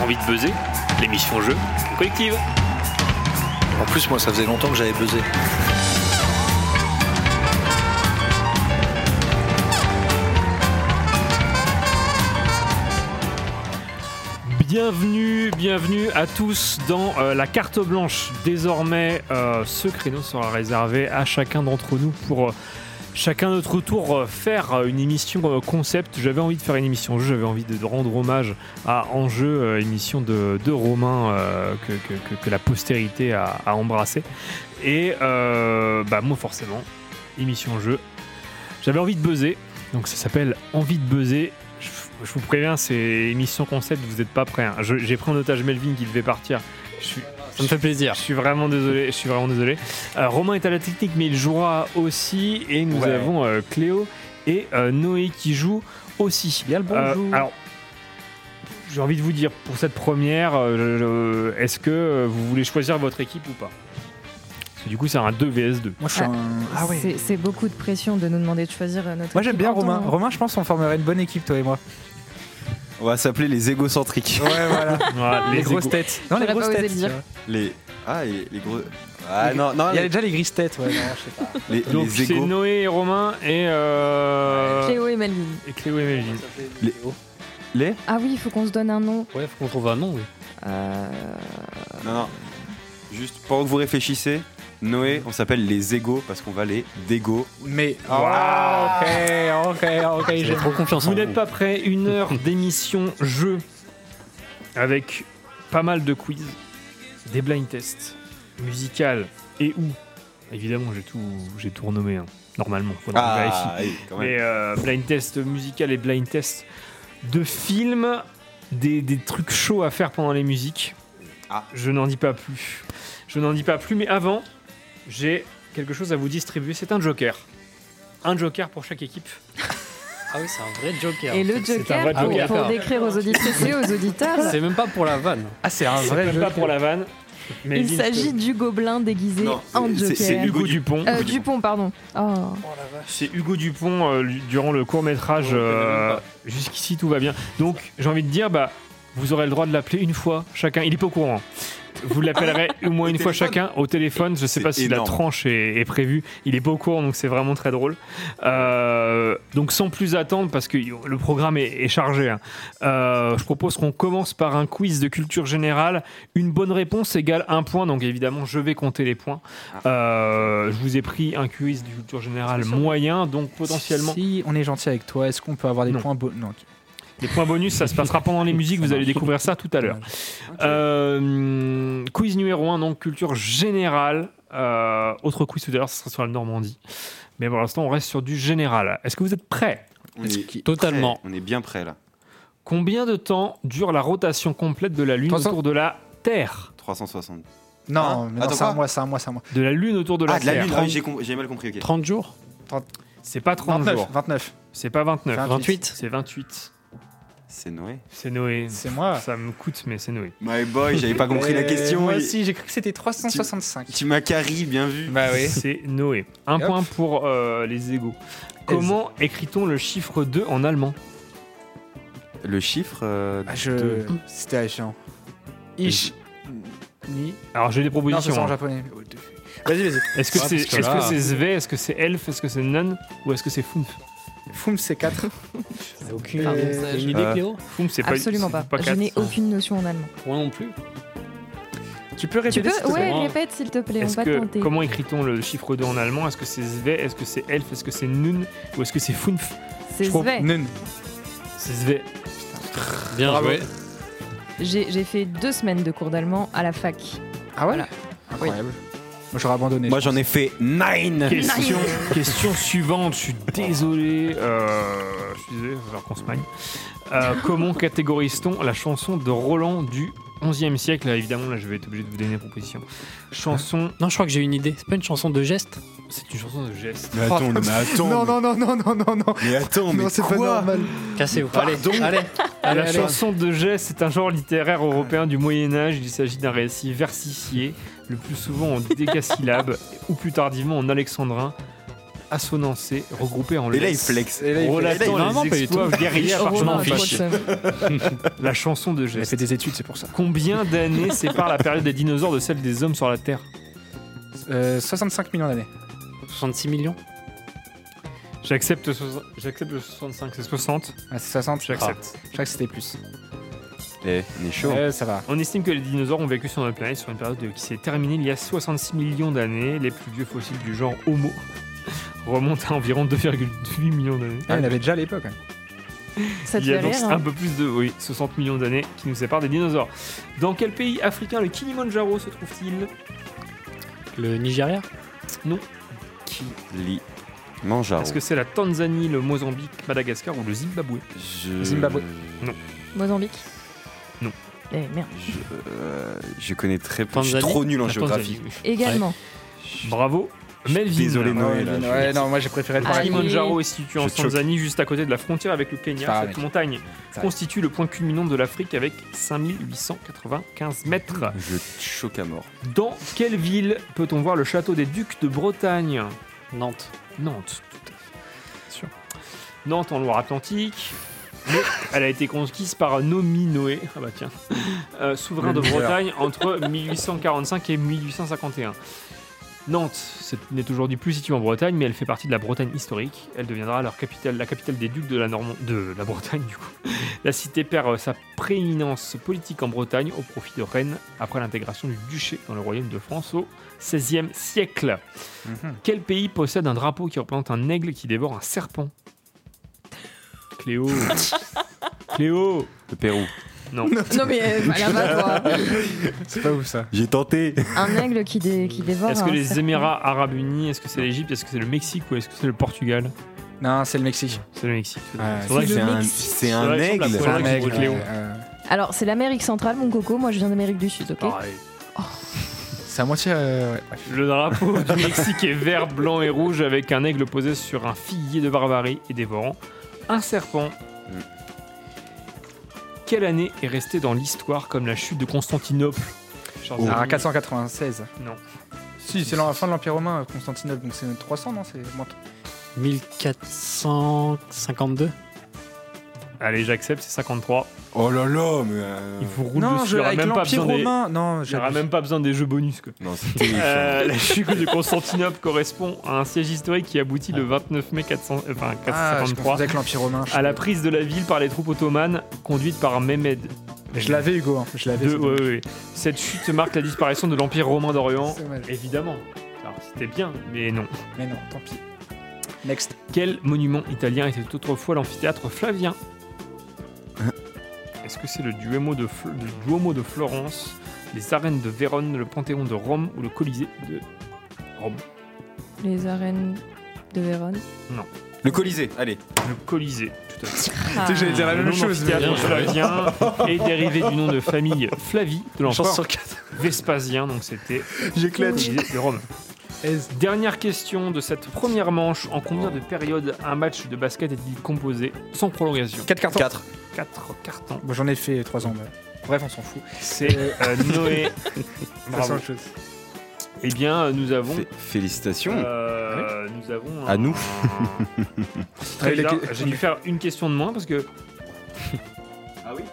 envie de buzzer, l'émission jeu collective. En plus, moi, ça faisait longtemps que j'avais buzzé. Bienvenue, bienvenue à tous dans euh, la carte blanche. Désormais, euh, ce créneau sera réservé à chacun d'entre nous pour euh, chacun notre tour euh, faire euh, une émission euh, concept. J'avais envie de faire une émission jeu, j'avais envie de de rendre hommage à Enjeu, euh, émission de, de Romain euh, que, que- que- que la postérité a, a embrassé. Et euh, bah, moi, forcément, émission jeu, j'avais envie de buzzer. Donc ça s'appelle Envie de buzzer. Je, je vous préviens, c'est émission concept, vous n'êtes pas prêts. hein. Je- J'ai pris en otage Melvin qui devait partir. Je suis, Ça me fait plaisir. je suis vraiment désolé, je suis vraiment désolé. Euh, Romain est à la technique, mais il jouera aussi. Et nous Ouais. avons euh, Cléo et euh, Noé qui jouent aussi. Bien le Euh, bonjour. alors, j'ai envie de vous dire, pour cette première, euh, je- je- est-ce que euh, vous voulez choisir votre équipe ou pas Parce que du coup, c'est un 2 vs 2. moi, je suis Ah. un- Ah ouais. C'est- C'est beaucoup de pression de nous demander de choisir euh, notre. Moi, j'aime équipe bien en Romain. temps- Romain, je pense qu'on formerait une bonne équipe, toi et moi. On va s'appeler les égocentriques. Ouais, voilà. Voilà, les les grosses égos. têtes. Non, les J'aurais pas grosses osé têtes. le dire. tu vois. Les. Ah, et les gros. Ah Les- non, non, Il y a les, déjà les grises têtes, ouais. non, je sais pas. les, Donc, les c'est égos. Noé et Romain et, euh, Cléo et Melvin. et Cléo et Mélanie. Les Ah oui, il faut qu'on se donne un nom. Ouais, faut qu'on trouve un nom, oui. Euh, Ah, Non, non. Juste pendant que vous réfléchissez, Noé, on s'appelle les égos parce qu'on va les dégo. Mais. oh, Waouh. ok, ok, ok. J'ai trop confiance Vous n'êtes pas prêts, une heure d'émission jeu avec pas mal de quiz, des blind tests, musicales et où Évidemment, j'ai tout, j'ai tout renommé, hein. normalement, faudra que Ah, je vérifie. oui, Ah, quand même. Mais euh, blind test musical et blind test de films, des, des trucs chauds à faire pendant les musiques. Ah. Je n'en dis pas plus. Je n'en dis pas plus, mais avant, j'ai quelque chose à vous distribuer. C'est un joker. Un joker pour chaque équipe. Ah oui, c'est un vrai Joker. et en le fait. un vrai Joker pour, Joker. pour décrire aux auditeurs et aux auditeurs. C'est même pas pour la vanne. Ah, c'est un C'est vrai même jeu. pas pour la vanne. mais Il Vince- s'agit du gobelin déguisé Non, en c'est- Joker. c'est- c'est Hugo Hugo Dupont. Euh, Dupont, pardon. Oh. C'est Hugo Dupont euh, lui- durant le court métrage. euh, On le connaît même pas. Jusqu'ici tout va bien. Donc j'ai envie de dire, bah, vous aurez le droit de l'appeler une fois chacun. Il est pas au courant. Vous l'appellerez au moins Au une fois téléphone chacun au téléphone. Je sais C'est pas si la énorme. tranche est, est prévue. Il est pas au courant, donc c'est vraiment très drôle. Euh, donc sans plus attendre, parce que le programme est, est chargé. hein. Euh, je propose qu'on commence par un quiz de culture générale. Une bonne réponse égale un point, donc évidemment je vais compter les points. Euh, je vous ai pris un quiz de culture générale moyen, donc potentiellement Si on est gentil avec toi, est-ce qu'on peut avoir des Non. points beaux Non, ok. les points bonus. Ça se passera pendant les musiques, vous allez découvrir ça tout à l'heure. Euh, quiz numéro 1, donc culture générale. Euh, autre quiz tout à l'heure, ce sera sur la Normandie. Mais pour l'instant, on reste sur du général. Est-ce que vous êtes prêts On est Totalement. prêt, On est bien prêt là. Combien de temps dure la rotation complète de la Lune 300? autour de la Terre 360. Non, Hein mais non, Attends, c'est un quoi mois, c'est un mois, c'est un mois. De la Lune autour de la ah, de la Terre. lune. Ah oui, j'ai com- j'ai mal compris. Ok. 30 jours C'est pas 30 29, jours. 29. C'est pas 29. 28. C'est 28. C'est Noé. C'est Noé. C'est moi. Ça me coûte, mais c'est Noé. My boy, j'avais pas compris la Euh, question. Moi il- aussi, j'ai cru que c'était 365. Tu m'as carry, bien vu. Bah oui. C'est Noé. Un Hop. point pour euh, les égaux. Comment écrit-on le chiffre 2 en allemand Le chiffre. euh, Ah, de- je. C'était chiant. Ish. Ni. Alors j'ai des Non, c'est propositions. ça en hein. japonais. Vas-y, vas-y. Est-ce que c'est Ah, parce que est-ce que là- euh, c'est Sve, est-ce que c'est Elf, est-ce que c'est Nun ou est-ce que c'est Foum Foum, c'est 4. T'as aucune Ah, euh, ça, une je- idée, Ah. Cléo Foum c'est pas Absolument c'est pas. Je quatre. n'ai aucune notion en allemand. Moi non plus. Tu peux Tu répéter s'il te peux plaît Ouais, moi. répète s'il te plaît, on Est-ce va que tenter. comment écrit-on le chiffre 2 en allemand Est-ce que c'est Sve, est-ce que c'est Elf, est-ce que c'est Nun ou est-ce que c'est Funf C'est Je crois- vrai. Nun. C'est Sve. Bien Bravo. joué. J'ai j'ai fait deux semaines de cours d'allemand à la fac. Ah ouais Voilà. Incroyable. Moi, j'aurais abandonné. Moi j'en ai fait 9 Question, question suivante, je suis désolé, euh, je suis désolé, il va falloir qu'on se magne. Euh, comment catégorise-t-on la chanson de Roland du 11e siècle Là, Évidemment, là je vais être obligé de vous donner des propositions. Chanson, Non, je crois que j'ai une idée. C'est pas une chanson de geste c'est une chanson de geste. Mais attends, mais attends. Non, mais- non, non, non, non, non, non. Mais attends, mais non, c'est pas quoi normal. Cassez-vous. Allez, allez. allez, La allez. chanson de geste est un genre littéraire européen du Moyen Âge. Il s'agit d'un récit versifié, le plus souvent en décasyllabes ou plus tardivement en alexandrin. assonancées regroupées en Et là, il laisse, flex. Et là, il fait- et là, il- relatant vraiment les pas du exploits tout. guerriers Je par m'en Jean fiche. Pache. La chanson de Il a geste. fait des études, c'est pour ça. Combien d'années sépare la période des dinosaures de celle des hommes sur la Terre Euh, 65 millions d'années. 66 millions J'accepte soix- j'accepte le 65, c'est 60. Ah, c'est 60, je crois. J'accepte. Je crois que c'était plus. Eh, on est chaud. Ouais, ça va. On estime que les dinosaures ont vécu sur notre planète sur une période de- qui s'est terminée il y a 66 millions d'années. Les plus vieux fossiles du genre Homo remontent à environ 2,8 millions d'années. Ah, il y en avait déjà à l'époque. hein. Ça te Il y fait a donc rire un hein peu plus de oui, 60 millions d'années qui nous séparent des dinosaures. Dans quel pays africain le Kilimanjaro se trouve-t-il Le Nigeria Qui lit Manjaro. Est-ce que c'est la Tanzanie, le Mozambique, Madagascar ou le Zimbabwe Je... Zimbabwe. Mozambique Non. Eh merde. Je, euh, je connais très peu. Je suis Tanzanie trop nul en La géographie. Tanzanie. Également. Bravo, Melvin. désolé, Le non. Noël, là, ouais, je- ouais, non, moi j'ai préféré le Ah, pareil. Kilimanjaro est situé en Je choque. Tanzanie, juste à côté de la frontière avec le Kenya. Ça va, Cette mec. montagne Ça va. constitue le point culminant de l'Afrique avec 5895 mètres. Je choque à mort. Dans quelle ville peut-on voir le château des ducs de Bretagne Nantes. Nantes, tout à fait. Sûr. Nantes en Loire-Atlantique. mais elle a été conquise par Nomi Noé, ah bah tiens, euh, souverain de Bretagne entre 1845 et 1851. Nantes c'est- n'est aujourd'hui plus située en Bretagne, mais elle fait partie de la Bretagne historique. Elle deviendra leur capitale, la capitale des ducs de la, Normand- de la Bretagne. Du coup. La cité perd euh, sa prééminence politique en Bretagne au profit de Rennes après l'intégration du duché dans le royaume de France au XVIe siècle. Mhm. Quel pays possède un drapeau qui représente un aigle qui dévore un serpent Cléo Cléo Le Pérou. Non. Non mais euh, là-bas, quoi. C'est pas ouf ça. J'ai tenté. Un aigle qui, dé- qui Ah, dévore. Est-ce que un les serpent. Émirats Arabes Unis, est-ce que c'est l'Égypte, est-ce que c'est le Mexique ou est-ce que c'est le Portugal Non, c'est le Mexique. C'est le Mexique. Ouais, C'est vrai que C'est le un, Mexique. c'est un Ouais, il aigle. semble C'est un Ouais, mec. Cléo. ouais, euh, Alors, c'est l'Amérique centrale, mon coco. Moi, je viens d'Amérique du Sud, ok Pareil. C'est à moitié. euh, ouais, bref. Le drapeau du Mexique est vert, blanc et rouge avec un aigle posé sur un figuier de barbarie et dévorant un serpent. Mm. Quelle année est restée dans l'histoire comme la chute de Constantinople Charles Alors, Darwin. à 496. Non. Si, c'est la fin de l'Empire romain, euh, Constantinople, donc c'est 300, non C'est moins. 1452 Allez, j'accepte, c'est 53. Oh là là, mais. euh, Il vous roule Non, dessus, je, il y aura avec même pas l'Empire besoin des- romain, non, il y aura j'abuse. même pas besoin des jeux bonus. quoi. Non, c'est terrible. Euh, la chute de Constantinople correspond à un siège historique qui aboutit le 29 mai 400 enfin, Ah, 453 je confondais avec l'Empire romain. je- à la prise de la ville par les troupes ottomanes conduites par Mehmed Je l'avais, Hugo. hein, Je l'avais. II. c'est Ouais, dommage. ouais, ouais. Cette chute marque la disparition de l'Empire romain d'Orient. C'est dommage. Évidemment. Alors, C'était bien, mais non. Mais non, tant pis. Next. Quel monument italien était autrefois l'amphithéâtre Flavien Hein Est-ce que c'est le Duomo de, Fl- le Duomo de Florence, les arènes de Vérone, le Panthéon de Rome ou le Colisée de Rome Les arènes de Vérone. Le Colisée, allez. Le Colisée, tout à fait. Ah. J'allais dire la Le même nom chose. mais- d'amphithéâtre Flavien est dérivé du nom de famille Flavie de l'empereur sur 4. Vespasien, donc c'était le Colisée de Rome. Dernière question de cette première manche. En combien de périodes un match de basket est-il composé sans prolongation 4 cartons. 4. 4 cartons. Bon, j'en ai fait 3 ans. mais- Bref, on s'en fout. C'est euh, Noé. Bravo. chose. Eh bien, euh, nous avons. Félicitations. euh, nous avons. À nous. C'est Très Allez, bizarre, les- J'ai dû faire une question de moins parce que Ah oui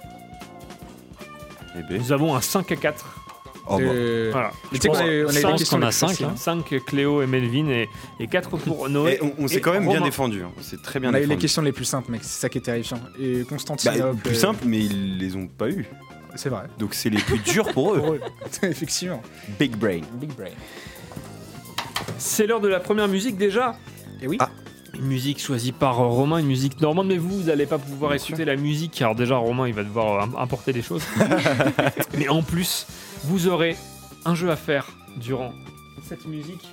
Eh ben. nous avons un 5 à 4. Oh, bah. Euh, Voilà. Tu sais qu'on a- on a eu des Je pense questions qu'on a les plus cinq, faciles, hein. 5 Cléo et Melvin et, 4 pour Noé. Eh, on on bah. et s'est quand même bien Romain. défendu. hein. On s'est très bien On a eu les défendu. questions les plus simples, mec. C'est ça qui est terrifiant. Et Bah, Constantinople. plus euh, simple, mais ils les ont pas eu. C'est vrai. Donc c'est les plus durs pour eux. Pour eux. Effectivement. Big brain. Big brain. C'est l'heure de la première musique déjà. Eh Et oui. Ah. Une musique choisie par euh, Romain, une musique normande, mais vous, vous n'allez pas pouvoir écouter la musique. Alors déjà, Romain, il va devoir euh, im- importer des choses. mais en plus, vous aurez un jeu à faire durant cette musique.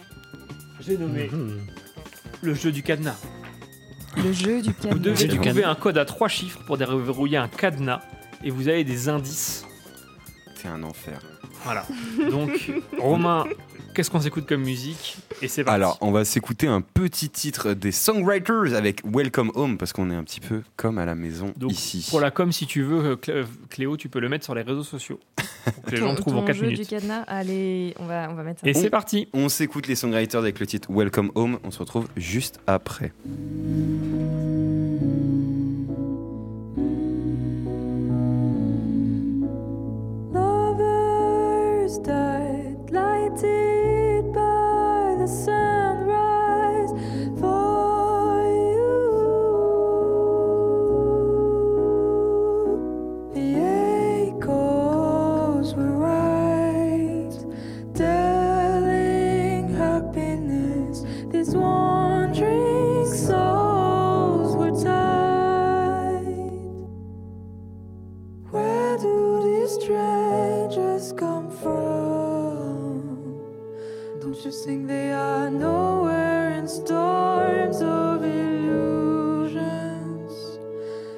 J'ai nommé Mhm. le jeu du cadenas. Le jeu du Vous cadenas. devez du trouver cadenas. un code à trois chiffres pour déverrouiller un cadenas. Et vous avez des indices. C'est un enfer. Voilà. Donc, Romain, qu'est-ce qu'on s'écoute comme musique Et c'est parti. Alors, on va s'écouter un petit titre des Songwriters avec Welcome Home parce qu'on est un petit peu comme à la maison Donc, ici. Pour la com, si tu veux, euh, Clé- euh, Cléo, tu peux le mettre sur les réseaux sociaux. pour que les gens Ton, le trouvent en ton 4 jeu minutes. du cadenas, allez, on va, on va mettre ça. Et c'est parti On s'écoute les songwriters avec le titre Welcome Home. On se retrouve juste après. Lovers died, lighted by the sunrise for you. The echoes were right, telling happiness. These wandering souls were tied. Where do these strangers come from? Don't you think they are nowhere in storms of illusions?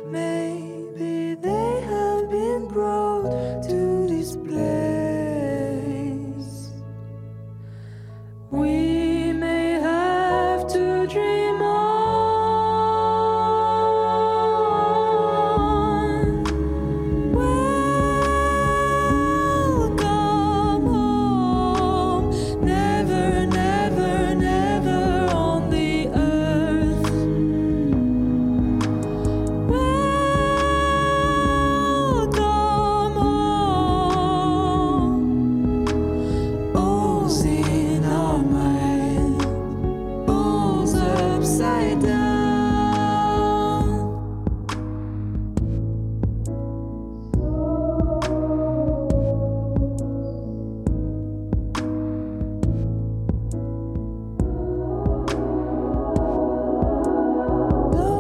Maybe they have been brought to this place. We may have to dream on. Welcome home, never, never, never on the earth. Welcome home, balls in our mind, balls upside down.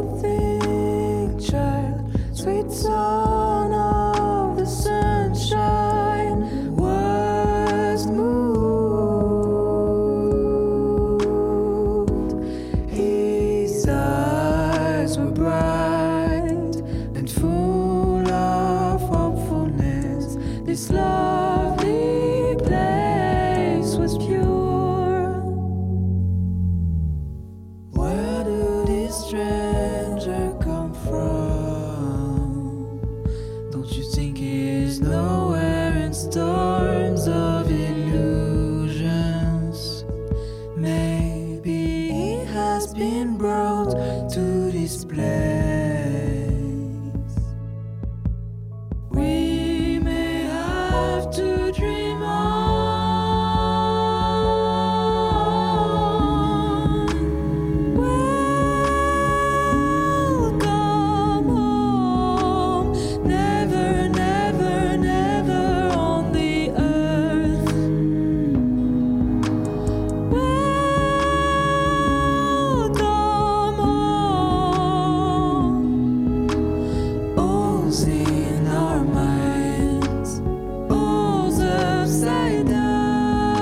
Nothing, child, sweet son of the sunshine, was moved. His eyes were bright and full of hopefulness. This lovely place was pure. Where do these strangers come from? Don't you think it's nowhere in storms of illusions? Maybe he has been brought to this place. We may have to dream on. Welcome home, never, never, never on the earth. Welcome home, balls in our minds, balls upside down.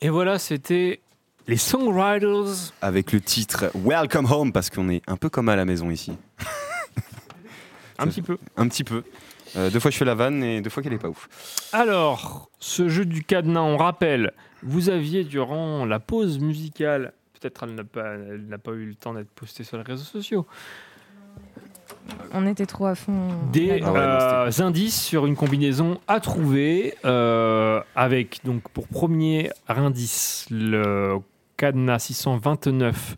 Et voilà, c'était les Songwriters. Avec le titre Welcome Home parce qu'on est un peu comme à la maison ici. Un petit peu. Un petit peu. Euh, deux fois je fais la vanne et deux fois qu'elle est pas ouf. Alors, ce jeu du cadenas, on rappelle, vous aviez durant la pause musicale, peut-être elle n'a pas, elle n'a pas eu le temps d'être postée sur les réseaux sociaux, On était trop à fond. des là-dedans. ouais, non, euh, indices sur une combinaison à trouver, euh, avec donc pour premier indice le cadenas 629,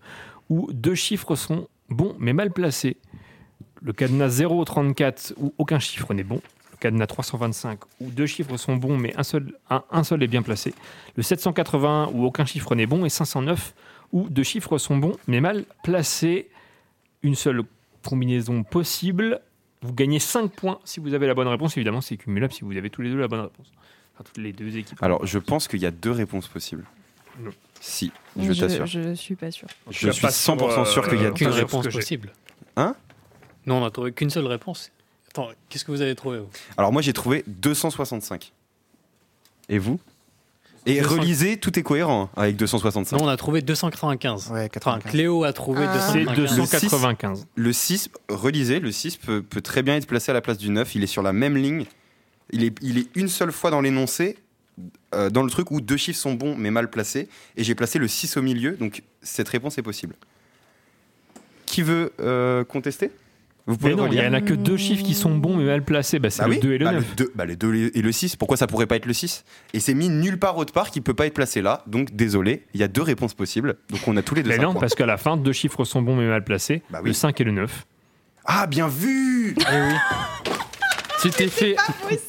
où deux chiffres sont bons mais mal placés. Le cadenas 034, où aucun chiffre n'est bon. Le cadenas 325, où deux chiffres sont bons mais un seul, un, un seul est bien placé. Le 781, où aucun chiffre n'est bon. Et 509, où deux chiffres sont bons mais mal placés. Une seule combinaison possible. Vous gagnez 5 points si vous avez la bonne réponse. Évidemment, c'est cumulable si vous avez tous les deux la bonne réponse. Enfin, toutes les deux équipes. Alors je pense qu'il y a deux réponses possibles. Non. Si, je je, t'assure. je suis pas sûr. Je suis 100% sûr qu'il y a euh, deux Qu'une réponse possible. Hein Non, on n'a trouvé qu'une seule réponse. Attends, qu'est-ce que vous avez trouvé vous Alors moi j'ai trouvé 265. Et vous Et 200. relisez, tout est cohérent hein, avec 265. Non, on a trouvé 295. Ouais, Enfin, 95. Cléo a trouvé Ah. C'est 295. Le six. 295. Le 6, relisez, le 6 peut, peut très bien être placé à la place du 9, il est sur la même ligne. Il est, il est une seule fois dans l'énoncé, euh, dans le truc où deux chiffres sont bons mais mal placés, et j'ai placé le 6 au milieu, donc cette réponse est possible. Qui veut euh, contester Vous pouvez Mais non, il relire. n'y en a que deux chiffres qui sont bons mais mal placés. Bah, c'est Bah le oui, 2 et le bah 9. 2, bah le 2 et le 6, pourquoi ça pourrait pas être le 6 Et c'est mis nulle part autre part qui peut pas être placé là, donc désolé, il y a deux réponses possibles, donc on a tous les deux Mais cinq non, points. parce qu'à la fin, deux chiffres sont bons mais mal placés. Bah oui. Le 5 et le 9. Ah, bien vu Euh, C'était fait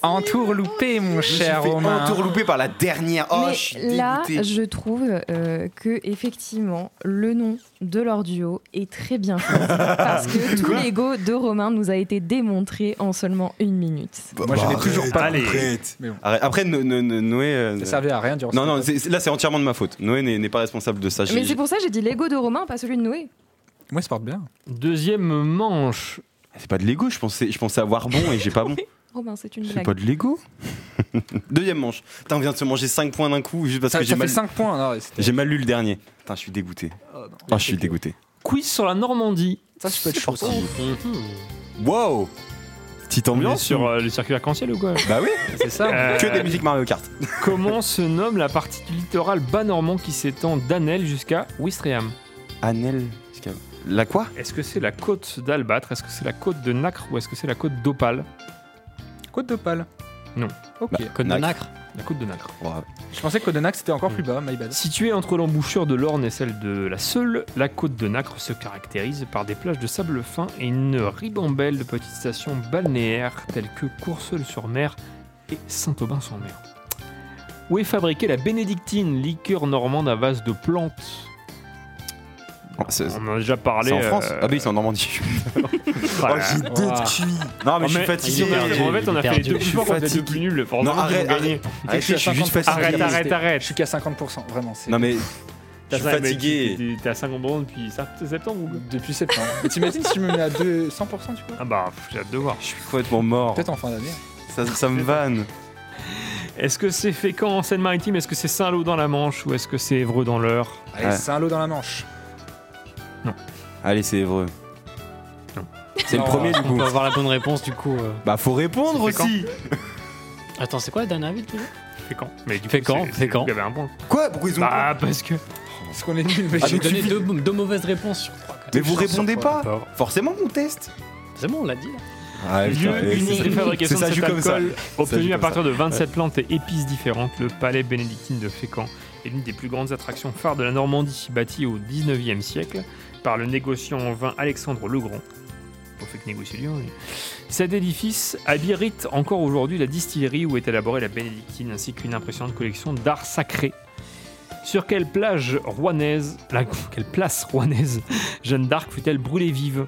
entourloupé, mon Je me suis fait cher Romain. entourloupé par la dernière. Oh, Mais je suis là, dégoûté. je trouve euh, que effectivement, le nom de leur duo est très bien choisi parce que tout l'ego de Romain nous a été démontré en seulement une minute. Bah, Moi, je bah, l'ai arrête, toujours pas allez. compris. Mais bon, Arrête. Après, no- no- no- Noé. euh, ça servait à rien durant non, cette non, étape. c'est- c'est- là c'est entièrement de ma faute. Noé n'est n'est pas responsable de ça. j'ai- Mais c'est pour ça que j'ai dit l'ego de Romain, pas celui de Noé. Moi, ça porte bien. Deuxième manche. C'est pas de l'ego, je pensais, je pensais avoir bon et j'ai pas bon. Romain, c'est une C'est blague. pas de l'ego Deuxième manche. Putain, on vient de se manger 5 points d'un coup juste parce Ça, que ça j'ai fait mal, 5 points. Non, c'était- j'ai mal lu le dernier. Putain, je suis dégoûté. Ah, je suis dégoûté. Quiz sur la Normandie. Ça, je peux être chaud. ça. Mhm. Wow Petite On est ambiance sur euh, le circuit arc-en-ciel ou quoi Bah oui, C'est ça. Euh, que des musiques Mario Kart. Comment se nomme la partie du littoral bas normand qui s'étend d'Anel jusqu'à Ouistreham Anel. La quoi Est-ce que c'est la côte d'Albâtre Est-ce que c'est la côte de Nacre ou est-ce que c'est la côte d'Opale Côte d'Opale. Non. Ok. Bah. Code Nacre. Nacre. La côte de Nacre. Oh, Je pensais que Côte de Nac, c'était encore plus bas. My bad. Située entre l'embouchure de l'Orne et celle de la Seule, la côte de Nacre se caractérise par des plages de sable fin et une ribambelle de petites stations balnéaires telles que Courseulles-sur-Mer et Saint-Aubin-sur-Mer. Où est fabriquée la bénédictine, liqueur normande à base de plantes C'est On en a déjà c'est parlé. en France euh, Ah, oui, c'est en Normandie. voilà. Oh, j'ai deux Ouah. de QI. Non, Ah, Ah, mais je suis fatigué. on a fait- En fait, on a Il est fait les deux perdu. plus forts, on a fait les deux Fatigué. plus nuls. forcément, ils ont arrête, gagné. Arrête, Ah, je suis juste fatigué. Arrête, arrête, Je arrête. suis qu'à 50%, vraiment. c'est- Non, mais je T'as suis ça, mais fatigué. t'es- t'es- T'es à 50 ans depuis sept- septembre ou quoi Depuis septembre. T'imagines si je me mets à 200%, 100%, tu vois Ah bah, pff, j'ai hâte de voir. je suis complètement mort. Peut-être en fin d'année. Ça, ça me vanne. Est-ce que c'est Fécamp en Seine-Maritime Est-ce que c'est Saint-Lô dans la Manche Ou est-ce que c'est Évreux dans l'Eure Allez, Ouais. c'est un lot dans la manche. Allez, c'est Évreux. Non. C'est le Non. premier du On coup. peut avoir la bonne réponse du coup. euh. Bah, faut répondre C'est aussi. Attends, c'est quoi la dernière ville déjà Fécamp. Mais du Fécamp, coup, c'est- c'est Fécamp. vous qui avez un point. Quoi Pourquoi ils ont. Bah, parce que. Parce qu'on est nuls, mais Ah, je J'ai donc tu donné vis- deux, deux mauvaises réponses sur trois. quand mais même. vous répondez pas. Pauvre. Forcément, on teste. C'est bon, on l'a dit. hein. là. Ah, Lieu unique de fabrication C'est ça, de joue cet comme ça. alcool obtenu joue à comme partir de 27 plantes et épices différentes, le palais bénédictine de Fécamp est l'une des plus grandes attractions phares de la Normandie, bâtie au 19e siècle par le négociant en vin Alexandre le Grand. Au fait que négocier du vin, oui. Cet édifice abrite encore aujourd'hui la distillerie où est élaborée la bénédictine ainsi qu'une impressionnante collection d'art sacré. Sur quelle plage rouennaise, la- quelle place rouennaise, Jeanne d'Arc fut-elle brûlée vive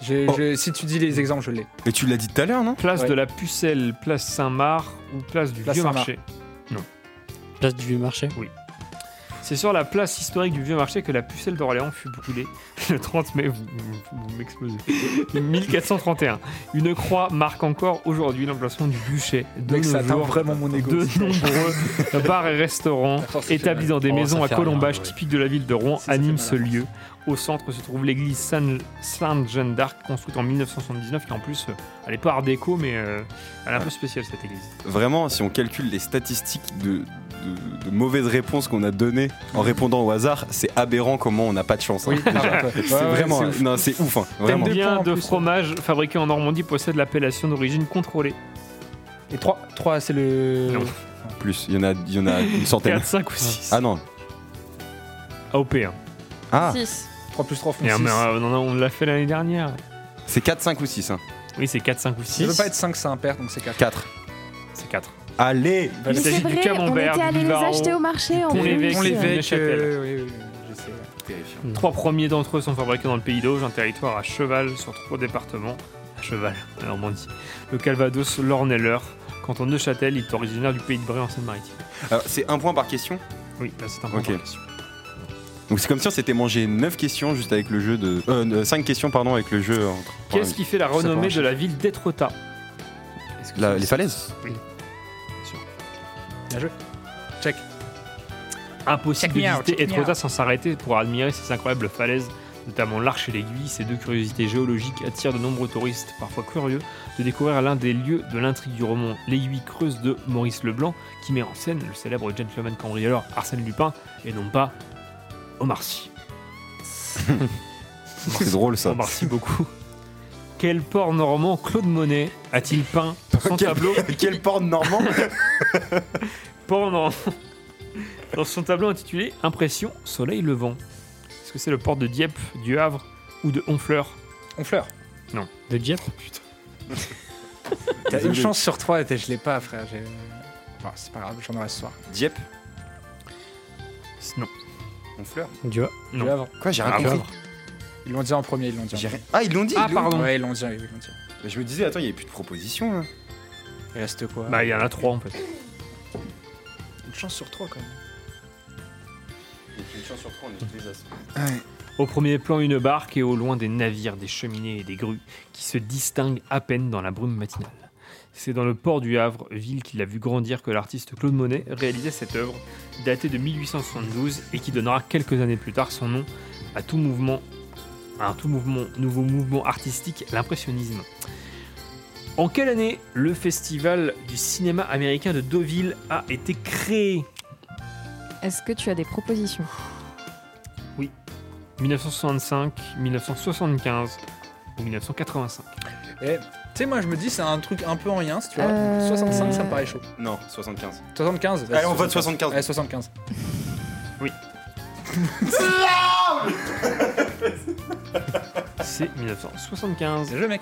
J'ai- j'ai- Si tu dis les exemples, je l'ai. Mais tu l'as dit tout à l'heure, non Place Ouais. de la Pucelle, place Saint-Marc ou place du Place Vieux Saint-Marc. Marché Place du marché. C'est sur la place historique du Vieux Marché que la Pucelle d'Orléans fut brûlée le 30 mai, vous, vous- vous m'explosez, 1431. Une croix marque encore aujourd'hui l'emplacement du bûcher de Mec, nos ça atteint jours. vraiment mon ego. De nombreux bars et restaurants Attends, ça fait établis mal. dans des Oh, maisons ça à fait rien, colombage ouais. typique de la ville de Rouen Si, ça fait animent mal, ce hein. lieu. Au centre se trouve l'église Sainte- Sainte-Jeanne d'Arc construite en 1979 qui en plus euh, elle est pas art déco mais euh, elle est un peu spéciale cette église. Vraiment, si on calcule les statistiques de, de- de mauvaises réponses qu'on a données en répondant au hasard, c'est aberrant comment on n'a pas de chance. hein. Oui, par contre, ouais. C'est Ouais, ouais, vraiment. c'est ouf. non, c'est ouf. hein, vraiment. Thème points Combien en Eh de plus, hein. fromages fabriqués en Normandie possèdent l'appellation d'origine contrôlée Et 3, 3 c'est le. Non. Plus. Il y en a, il y en a une centaine. 4, 5 ou 6 Ah non. AOP. hein. Ah, 6. 3 plus 3 font Et, 6. euh, mais, euh, non, non, on l'a fait l'année dernière. c'est 4, 5 ou hein. 6. Oui, c'est 4, 5 ou Ça peut 6. pas être 5, c'est un pair, donc c'est 4. 4. C'est 4. Allez Il Mais c'est s'agit du vrai, on camembert, était du allés les Livaro. acheter au marché en On les plus. vexe. On les Excellent. avec. Neuchâtel. euh, oui, oui, oui, je sais. Trois premiers d'entre eux sont fabriqués dans le pays d'Auge, un territoire à cheval sur trois départements. À cheval, en Normandie. Le Calvados, l'Orne et l'Eure. Canton de Neuchâtel, il est Euh, originaire du pays de Bray en Seine-Maritime. Alors, C'est un point par question Oui, là c'est un point. Ok. par question. Donc c'est comme si on s'était mangé 9 questions juste avec le jeu de. Euh, 5 questions, pardon, avec le jeu. entre- Qu'est-ce qui fait la pour renommée un de la ville d'Etrota La- les falaises Impossible Check me de out, visiter check me Etrota out. sans s'arrêter pour admirer ces incroyables falaises, notamment l'arche et l'aiguille. Ces deux curiosités géologiques attirent de nombreux touristes, parfois curieux, de découvrir l'un des lieux de l'intrigue du roman, l'aiguille creuse de Maurice Leblanc, qui met en scène le célèbre gentleman cambrioleur Arsène Lupin, et non pas Omar Sy. C'est drôle ça. On merci beaucoup. Quel port normand Claude Monet a-t-il peint dans son Quel- tableau Quel port normand Port normand dans son tableau intitulé Impression Soleil levant Est-ce que c'est le port de Dieppe, du Havre ou de Honfleur On fleur. De Dieppe T'as une Désolé. chance sur trois, t'es- je l'ai pas, frère. j'ai- Bon, c'est pas grave, j'en aurai ce soir. Dieppe Non. On fleur Du Havre. Non. Le Havre. Quoi, j'ai rien Ah, compris. Ils l'ont dit en premier, ils l'ont dit. en J'ai rien- Ah, ils l'ont dit Ah, ils l'ont pardon. premier. Ouais, ils l'ont dit, ils l'ont dit. dit. Mais Je me disais, attends, il n'y avait plus de propositions hein. là. Il reste quoi Bah, il y en a trois en fait. Une chance sur trois, quand même. Une chance sur trois, on est les as. Au premier plan, une barque et au loin des navires, des cheminées et des grues qui se distinguent à peine dans la brume matinale. C'est dans le port du Havre, ville qu'il a vu grandir, que l'artiste Claude Monet réalisait cette œuvre, datée de 1872 et qui donnera quelques années plus tard son nom à tout mouvement, à un tout mouvement, nouveau mouvement artistique, l'impressionnisme. En quelle année le festival du cinéma américain de Deauville a été créé Est-ce que tu as des propositions 1965, 1975 ou 1985 Eh, Tu sais, moi, je me dis, c'est un truc un peu en rien, si tu vois. Euh. 65, ça me paraît chaud. Non, 75. 75 vas-y, Allez, on vote 75. Ouais, 75. C'est 1975. C'est le mec.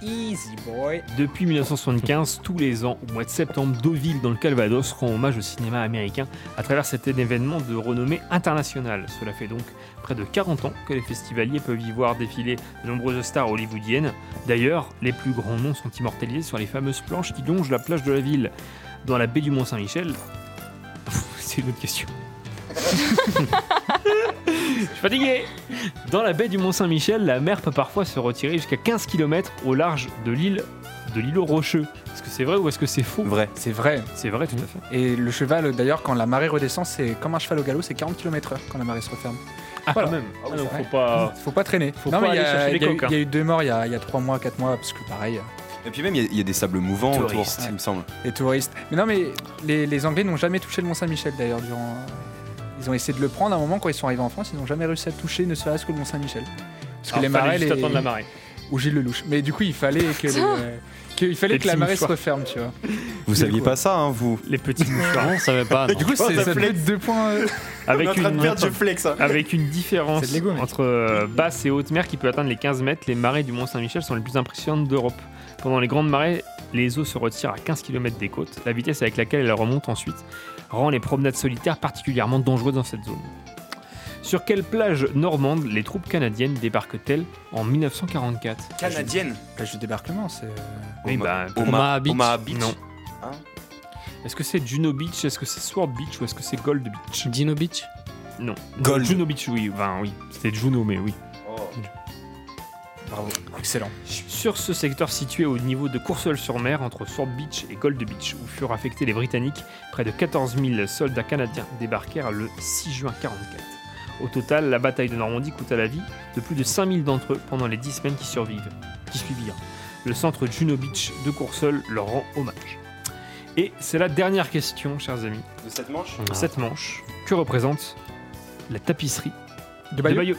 Easy boy. Depuis 1975, tous les ans, au mois de septembre, Deauville, dans le Calvados, rend hommage au cinéma américain à travers cet événement de renommée internationale. Cela fait donc près de 40 ans que les festivaliers peuvent y voir défiler de nombreuses stars hollywoodiennes. D'ailleurs, les plus grands noms sont immortalisés sur les fameuses planches qui longent la plage de la ville. Dans la baie du Mont-Saint-Michel. C'est une autre question. Je suis fatigué Dans la baie du Mont-Saint-Michel, la mer peut parfois se retirer jusqu'à 15 km au large de l'île de l'îlot rocheux. Est-ce que c'est vrai ou est-ce que c'est faux Vrai. C'est vrai. C'est vrai, tout à fait. Et le cheval, d'ailleurs, quand la marée redescend, c'est comme un cheval au galop, c'est 40 km/h quand la marée se referme. Ah, Voilà. quand même. Ah oui, Ah, donc, faut c'est vrai. pas. Faut pas traîner. Faut non, pas mais il y, aller a- chercher les il y a eu- coques, hein. il y a eu deux morts il y a, il y a trois mois, quatre mois, parce que pareil, Et puis même, il y a- il y, a des sables mouvants autour, Touristes. il me semble. les touristes. Mais non, mais les, les Anglais n'ont jamais touché le Mont-Saint-Michel d'ailleurs durant. Ils ont essayé de le prendre à un moment quand ils sont arrivés en France, ils n'ont jamais réussi à toucher ne serait-ce que le Mont-Saint-Michel. Parce que Alors, fallait les marées. juste les- attendre la marée. Ou Gilles Lelouch. Mais du coup, il fallait que, le- Putain. que- il fallait Les que la petits marée se mouchoirs. referme, tu vois. Vous C'est saviez quoi pas ça, hein, vous Les petits mouchoirs. Non, Ah, on savait pas. non. coup, C'est- ça peut être deux points. euh, Avec une. flex. hein. Avec une différence C'est de l'ego, mec. entre euh, basse et haute mer qui peut atteindre les 15 mètres, les marées du Mont Saint-Michel sont les plus impressionnantes d'Europe. Pendant les grandes marées, les eaux se retirent à 15 km des côtes. La vitesse avec laquelle elles remontent ensuite rend les promenades solitaires particulièrement dangereuses dans cette zone. Sur quelle plage normande les troupes canadiennes débarquent-elles en 1944 Canadienne Plage de débarquement, c'est. euh, Oui, bah, Omaha Beach. non. Est-ce que c'est Juno Beach Est-ce que c'est Sword Beach Ou est-ce que c'est Gold Beach Dino Beach Non. Gold. Juno Beach, oui. Enfin, oui. C'était Juno, mais oui. Oh, Bravo. Excellent. Sur ce secteur situé au niveau de Courseulles-sur-Mer, entre Sword Beach et Gold Beach, où furent affectés les Britanniques, près de 14 000 soldats canadiens débarquèrent le 6 juin 1944. Au total, la bataille de Normandie coûta la vie de plus de 5 000 d'entre eux pendant les 10 semaines qui, survivent, qui suivirent. Le centre Juno Beach de Courseulles leur rend hommage. Et c'est la dernière question, chers amis, De cette manche Ah. de cette manche. Que représente la tapisserie De de Bayeux. Bayeux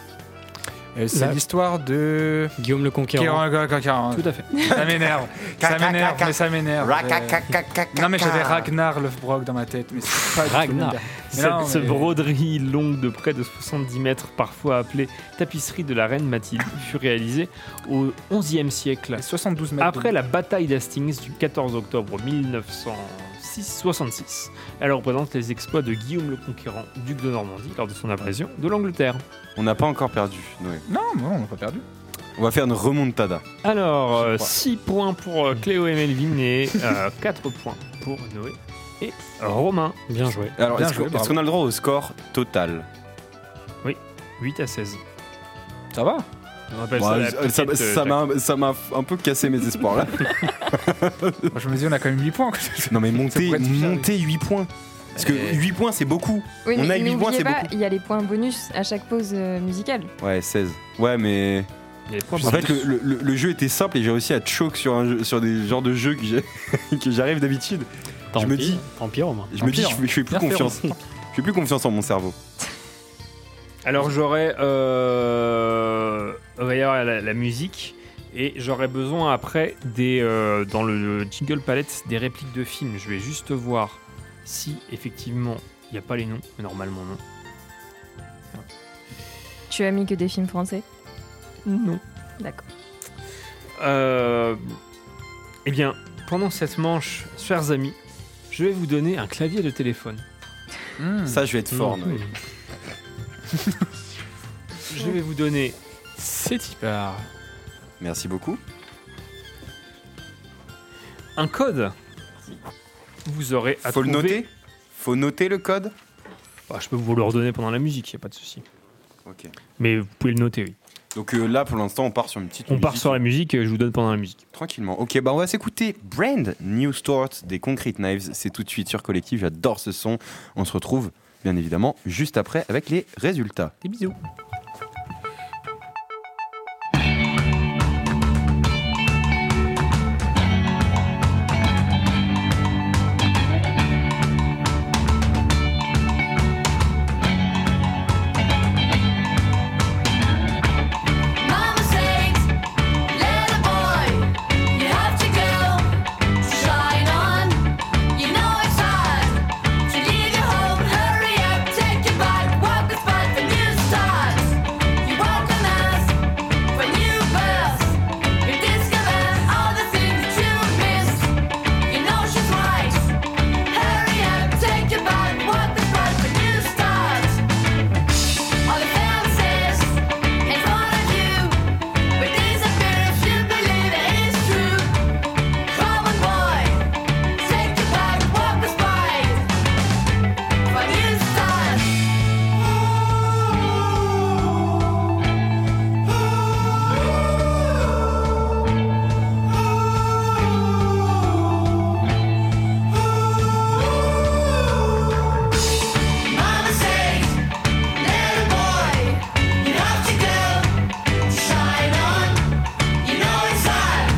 Euh, c'est La- l'histoire de. Guillaume le Conquérant. Kéran- Kéran- Kéran- Tout à fait. Ça m'énerve. ça m'énerve, mais ça m'énerve. Euh, Non, mais j'avais Ragnar Lofbrock dans ma tête, mais c'est pas du tout le Ragnar. même gars. Mais Cette non, ce mais- broderie longue de près de 70 mètres, parfois appelée tapisserie de la reine Mathilde, fut réalisée au XIe siècle. Les 72 mètres. Après la bataille d'Hastings du 14 octobre 1966, elle représente les exploits de Guillaume le Conquérant, duc de Normandie, lors de son invasion de l'Angleterre. On n'a pas encore perdu, Noé. Non, mais on n'a pas perdu. On va faire une remontada. Alors, Je crois. 6 points euh, pour euh, Cléo et Melvin et 4 points pour Noé et Romain. Bien joué. Alors, Bien est-ce joué, qu'on est-ce bravo. qu'on a le droit au score total 8 à 16. Ça va On appelle Bon, ça la euh, ça- petite, euh, ça m'a- Ça m'a un peu cassé mes espoirs là. Moi, Je me dis, on a quand même 8 points. quoi. Non mais Ça monter, pourrait être fier, monter 8 points. Parce que Euh. 8 points c'est beaucoup. Oui, On a mais huit points, n'oubliez c'est pas, beaucoup. il y a les points bonus à chaque pause euh, musicale. Ouais 16. Ouais mais... Il y a des points En bonus. fait le, le- le- le jeu était simple et j'ai réussi à choke sur, un jeu- sur des genres de jeux que j'ai- que j'arrive d'habitude. Tant Je me pis, dis- Tant pis, Romain. Je me dis pire. je, fais- je fais plus Bien fait, confiance. Je fais plus confiance en mon cerveau. Alors j'aurais... Euh... il va y avoir la, la musique. Et j'aurais besoin après, des, euh, dans le jingle palette, des répliques de films. Je vais juste voir si effectivement il n'y a pas les noms. Mais Normalement non. Tu as mis que des films français Non. D'accord. Euh, eh bien, pendant cette manche, chers amis, je vais vous donner un clavier de téléphone. Hmm. Ça je vais être fort. non. Je vais vous donner ces tipeurs. Merci beaucoup. Un code. Vous aurez à Faut le trouver- noter Faut noter le code Bah, je peux vous le redonner pendant la musique, il n'y a pas de souci. Ok. Mais vous pouvez le noter, oui. Donc euh, là pour l'instant on part sur une petite... On part musique. sur la musique, euh, je vous donne pendant la musique. Tranquillement. Ok, bah on va s'écouter Brand New Start des Concrete Knives. C'est tout de suite sur Collectif. J'adore ce son. On se retrouve, bien évidemment, juste après avec les résultats. Des bisous. Mama said, little boy, you have to go to shine on. You know it's hard to leave your home. Hurry up, take your bike, walk the spot for new starts. You walk on us for new births. You discover all the things you missed. You know she's right. Hurry up, take your bike, walk the spot for new starts. All the fences in front of you, but disappear if you believe it is true. Come on, boy, take your bike, walk the spike, but you start. Mama says, little boy, you have to go to shine on. You know it's hard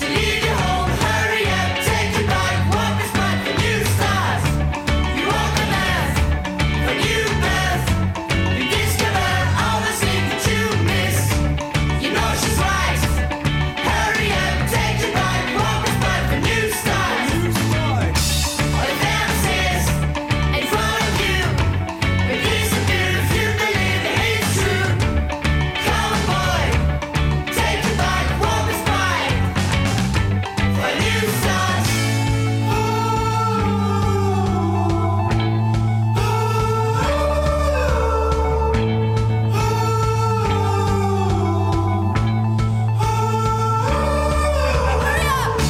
to leave your home. Hurry up, take your bike, walk this bike for new stars. You walk the path for new birth. You discover all the things that you miss. You know she's right. Hurry up, take your bike, walk this bike for new stars. All the fences in front of you, but disappear if you believe it's true. Come on, boy, take your bike, walk this bike, for new starts. Hurry up!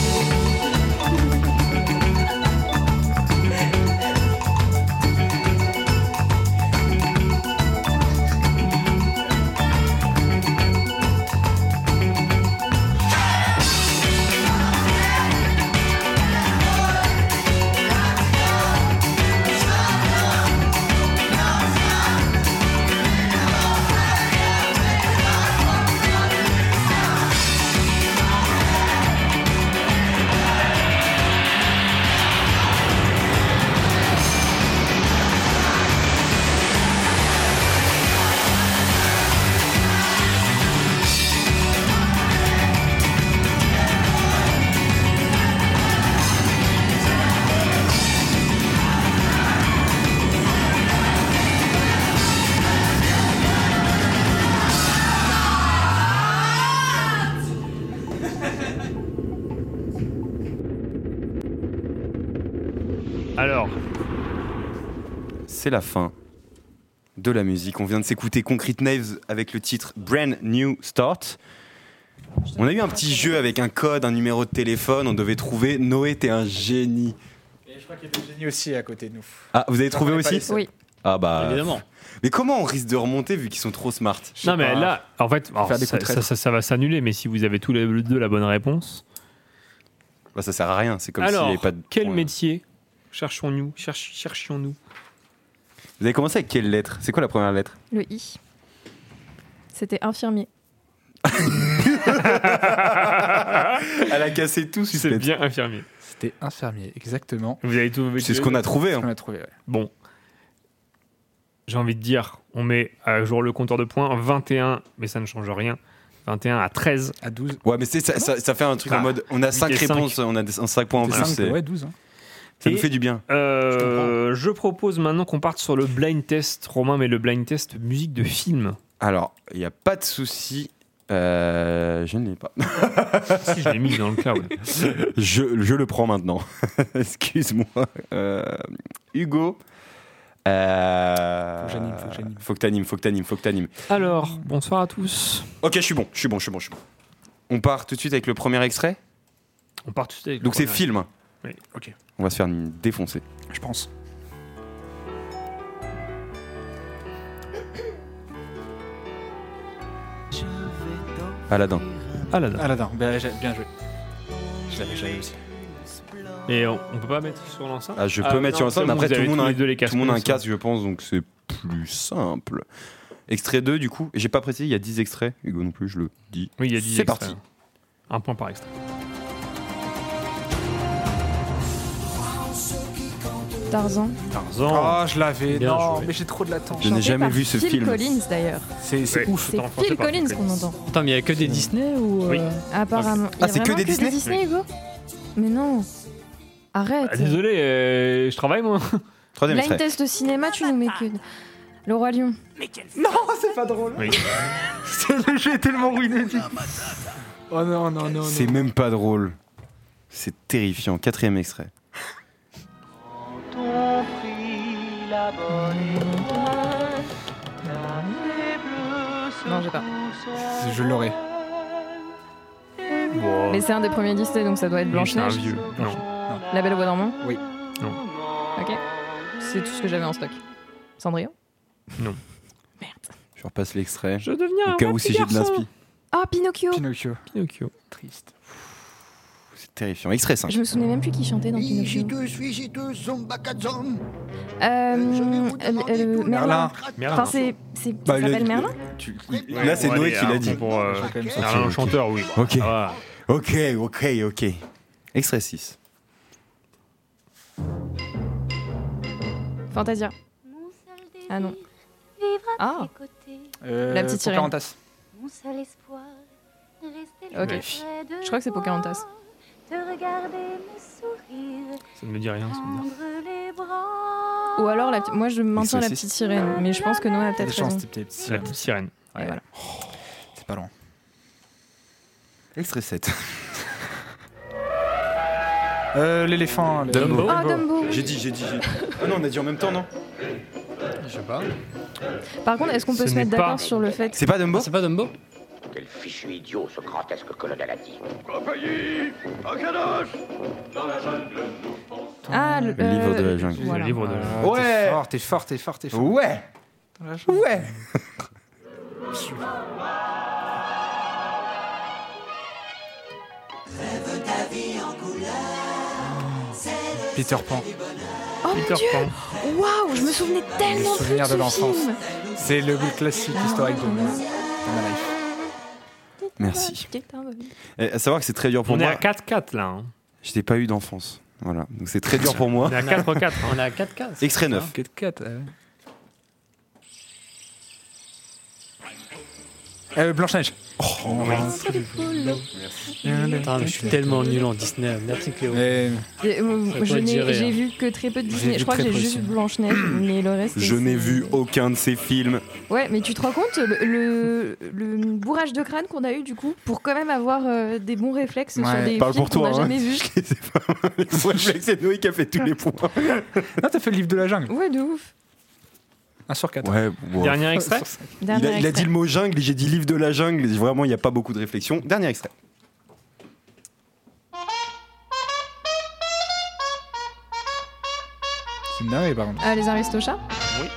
Alors, Bah, C'est la fin de la musique. On vient de s'écouter Concrete Knives avec le titre Brand New Start. On a eu un petit jeu avec un code, un numéro de téléphone. On devait trouver. Noé, t'es un génie. crois qu'il y a des génies aussi à côté de nous. Ah, vous avez trouvé On est pas aussi les seuls. Oui. Ah bah. Évidemment. Mais comment on risque de remonter vu qu'ils sont trop smart Non, mais pas. là, en fait, alors, Faire des ça, coups de ça- ça- ça va s'annuler, mais si vous avez tous les deux la bonne réponse. Bah, ça sert à rien, c'est comme s'il n'y alors, avait pas de. quel point. métier Cherchons-nous, cherch- cherchions-nous. Vous avez commencé avec quelle lettre C'est quoi la première lettre Le I. C'était infirmier. Elle a cassé tout, C'est bien infirmier. C'était infirmier, exactement. Vous avez tout. C'est ce qu'on a trouvé. On hein. a trouvé. ouais. Bon, j'ai envie de dire, on met à jour le compteur de points 21, mais ça ne change rien. 21 à 13. À 12. Ouais, mais c'est- ça, ça, ça fait un truc Ah. en mode on a 5 Huit et cinq. réponses, on a 5 points en C'est plus. cinq, c'est- ouais, 12. hein. Ça nous Et- fait du bien. Euh, je, propose maintenant qu'on parte sur le blind test, Romain, mais le blind test musique de film. Alors, il n'y a pas de souci. Euh, je ne l'ai pas. si, je l'ai mis dans le cloud. Je, je le prends maintenant. Excuse-moi. Euh, Hugo. euh, Faut que j'anime, faut que j'anime. Faut que t'animes, faut que t'animes, faut que t'animes. Alors, bonsoir à tous. Ok, je suis bon, je suis bon, je suis bon, je suis bon. On part tout de suite avec le premier extrait. On part tout de suite avec le Donc c'est premier. film. Oui, ok. On va se faire une- défoncer. Je pense. Aladdin. Aladdin. Aladdin, ben, j'ai- bien joué. Je l'avais jamais aussi. Et on, on peut pas mettre sur l'enceinte Ah, je peux Ah, mettre non, sur l'enceinte, ça, mais vous après tout avez le monde tous a les un, deux les tout le monde a un casques, casque, je pense, donc c'est plus simple. Extrait 2, du coup. J'ai pas précisé, il y a 10 extraits. Hugo non plus, je le dis. Oui, il y a 10 C'est extraits. parti. Un point par extrait. Tarzan. Ah. Tarzan. Oh, je l'avais. Bien Non, joué. mais j'ai trop de latence. Je n'ai chanté jamais par vu ce Phil film. Collins d'ailleurs. C'est c'est Ouais. ouf. C'est en français Phil par Phil Collins qu'on entend. Attends, mais il y a que des Disney ou. Oui. euh, Apparemment. Il y a Ah, c'est que vraiment des Disney Hugo Mais non. Arrête. Ah, désolé, euh, je travaille moi. Troisième Blind extrait. test de cinéma, tu nous mets que. Le roi lion. Non, c'est pas drôle. Oui. C'est- j'ai tellement ruiné. du- Oh non, non, non. C'est non. même pas drôle. C'est terrifiant. Quatrième extrait. Non, j'ai pas. Je l'aurais. Wow. Mais c'est un des premiers Disney, donc ça doit être Oui, c'est un Blanche-Neige. vieux. Non. La Belle au Bois dormant Oui. Non. Ok. C'est tout ce que j'avais en stock. Cendrillon Non. Merde. Je repasse l'extrait. Je deviens Au un cas où si j'ai de l'inspi. Ah, Pinocchio Pinocchio. Pinocchio. Triste. C'est terrifiant. Extrait 5. Je me souvenais même plus qui chantait dans Pinocchio. Euh, euh, euh, Merlin. Merlin. Enfin, c'est. c'est- Bah, Ça il a- s'appelle Merlin Tu- Ouais, Là, c'est bon, Noé allez, qui l'a alors, dit. Pour, euh, J'ai quand même c'est sorti. un ok. chanteur, oui. bah, Ok. ça va. Ok, ok, ok. Extrait 6. Fantasia. Mon seul désir, Ah non. Vivre à Ah. tes côtés. Euh, La petite sirène. Pocahontas. Mon seul espoir. Rester Ok. près de Je crois que c'est toi. Pocahontas. Te regarder me sourire. Ça ne me dit rien. ça me dit rien. Prendre les bras. Ou alors, la, petite- moi je maintiens la saucisses. petite sirène, mais je pense que Noé a Il y a des peut-être chances, raison. c'était peut-être C'est la sirène. petite sirène. Et voilà. C'est pas loin. Extrait 7. Euh, L'éléphant. le- Dumbo. Oh, Dumbo J'ai dit, j'ai dit, j'ai dit. Ah non, on a dit en même temps, non Je sais pas. Par contre, est-ce qu'on peut Ce se mettre n'est d'accord pas- sur le fait C'est pas Dumbo Ah, c'est pas Dumbo Quel fichu idiot, ce grotesque colonel a dit. Ah, le, Le livre de la euh, jungle. voilà. Le livre de Ah, Ouais. T'es fort, t'es fort, t'es fort, t'es fort. Ouais Dans la chambre. Ouais Peter Pan. Oh mon Peter dieu Pan. Waouh, je me souvenais tellement plus de souvenirs de ce l'enfance. film C'est le classique historique de de ma life. Merci. Ah, bah Eh, à savoir que c'est très dur pour On est moi. à 4-4 là. hein. Je n'ai pas eu d'enfance. Voilà. Donc c'est très dur pour moi. On est à 4-4. hein. On a 4 cases. Extrait 9. 4 4 Euh, Blanche-Neige. Putain, mais je suis tellement nul en Disney. Merci Cléo. Mais Et, euh, Ça doit Je être n'ai- géré, j'ai hein. vu que très peu de J'ai Disney. vu Je crois que très j'ai peu de juste films. Blanche-Neige, mais le reste. Je c'est- n'ai vu aucun de ces films. Ouais, mais tu te rends compte le, le, le bourrage de crâne qu'on a eu du coup pour quand même avoir euh, des bons réflexes sur Ouais. des Parle films qu'on pour toi. n'a hein. jamais vus. Je sais pas. Moi, je sais que c'est Noé qui a fait tous les points. non, t'as fait le livre de la jungle. Ouais, de ouf. 1 sur 4. Ouais, bon. Dernier extrait. Il Dernier a, il a dit extrait. le mot jungle et j'ai dit livre de la jungle. Vraiment, il n'y a pas beaucoup de réflexion. Dernier extrait. C'est une dinguerie, par contre. Euh, les Aristochats Putain,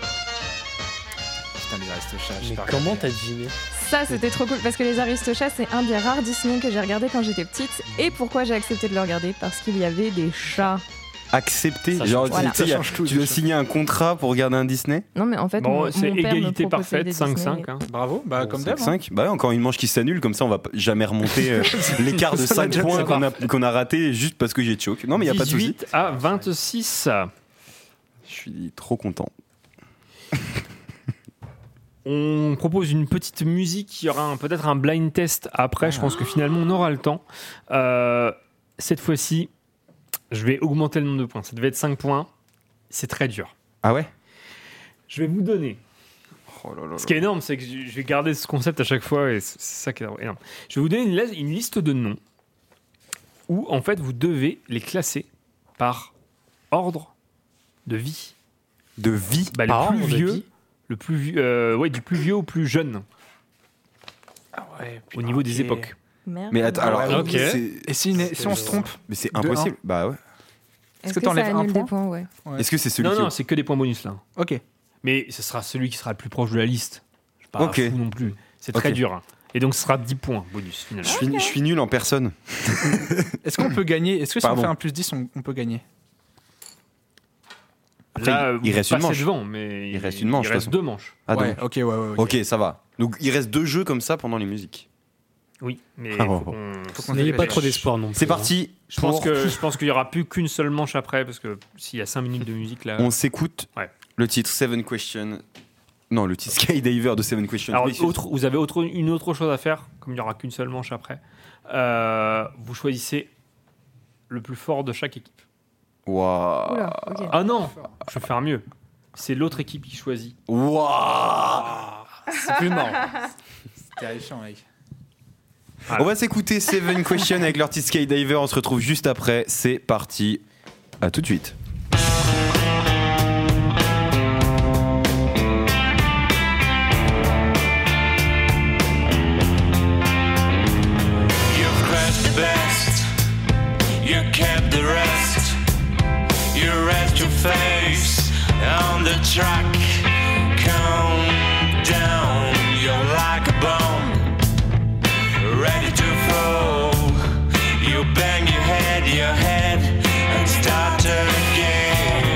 les Aristochats. j'ai Mais pas comment regardé. t'as deviné Ça, c'était trop cool parce que Les Aristochats, c'est un des rares Disney que j'ai regardé quand j'étais petite. Et pourquoi j'ai accepté de le regarder Parce qu'il y avait des chats. Accepter. Ça Genre, change- voilà. tu sais, il y a- Ça change tout, tu dois déjà. signer un contrat pour regarder un Disney Non, mais en fait, mon- Bon, mon c'est père me égalité proposait parfait, des Disney. 5-5. hein. Bravo, bah Bon, comme d'hab. 5 Bah ouais, encore une manche qui s'annule, comme ça on va p- jamais remonter euh, l'écart de Ça va 5 déjà points savoir. qu'on a, qu'on a raté juste parce que j'ai choke. Non, mais il n'y a pas de souci. 18 à 26. Je suis trop content. On propose une petite musique. Il y aura un- peut-être un blind test après. Je pense que finalement, on aura le temps. Euh, cette fois-ci, je vais augmenter le nombre de points. Ça devait être 5 points. C'est très dur. Ah ouais Je vais vous donner. Oh là là Ce qui est énorme, c'est que je je vais garder ce concept à chaque fois et c'est c'est ça qui est énorme. Je vais vous donner une, la- une liste de noms où, en fait, vous devez les classer par ordre de vie. De vie Bah, Par le, ordre plus de vieux, vie le plus vieux, euh, ouais, du plus vieux au plus jeune au niveau des époques. Merde. Mais attends, Ah ouais, alors. ok. c'est- Et si, une- si on se trompe Mais c'est De impossible. Bah ouais. Est-ce que que, t'enlèves ça un annule point des points ouais. Ouais. Est-ce que c'est celui Non, qui. non, c'est que des points bonus là. Ok. Mais ce sera celui qui sera le plus proche de la liste. Je suis pas Ok. fou non plus. C'est très Ok. dur. hein. Et donc, ce sera 10 points bonus Je finalement. suis, je suis nul en personne. Est-ce qu'on peut gagner Est-ce que si Pardon. on fait un plus 10, on, on peut gagner Après, vous il- il reste une passez manche. devant, mais Il reste une manche, Il de reste toute façon. deux manches. Ah, ouais, donc- ok, ouais, ouais. ok, ça va. Donc il reste deux jeux comme ça pendant les musiques. Oui, mais Ah faut bon. qu'on- Faut qu'on N'ayez se pas dépêche. trop d'espoir non plus. C'est hein. parti. Je pense pour- que je pense qu'il y aura plus qu'une seule manche après parce que s'il y a 5 minutes de musique là. On s'écoute Ouais. le titre Seven Questions. Non, le titre Skydiver de Seven Questions. Alors Oui, c'est- autre, vous avez autre, une autre chose à faire comme il y aura qu'une seule manche après. euh, vous choisissez le plus fort de chaque équipe. Waouh. Oula, ok. Ah non, je vais faire mieux. C'est l'autre équipe qui choisit. Waouh. C'est plus marrant. C'est terrifiant, mec. On va s'écouter Seven Questions avec leur titre Skydiver. On se retrouve juste après. C'est parti. À tout de suite. You've crashed the best, you kept the rest, you rest your face on the track. Calm down, you're like a bomb, ready to fall. You bang your head, your head, and start again. oh,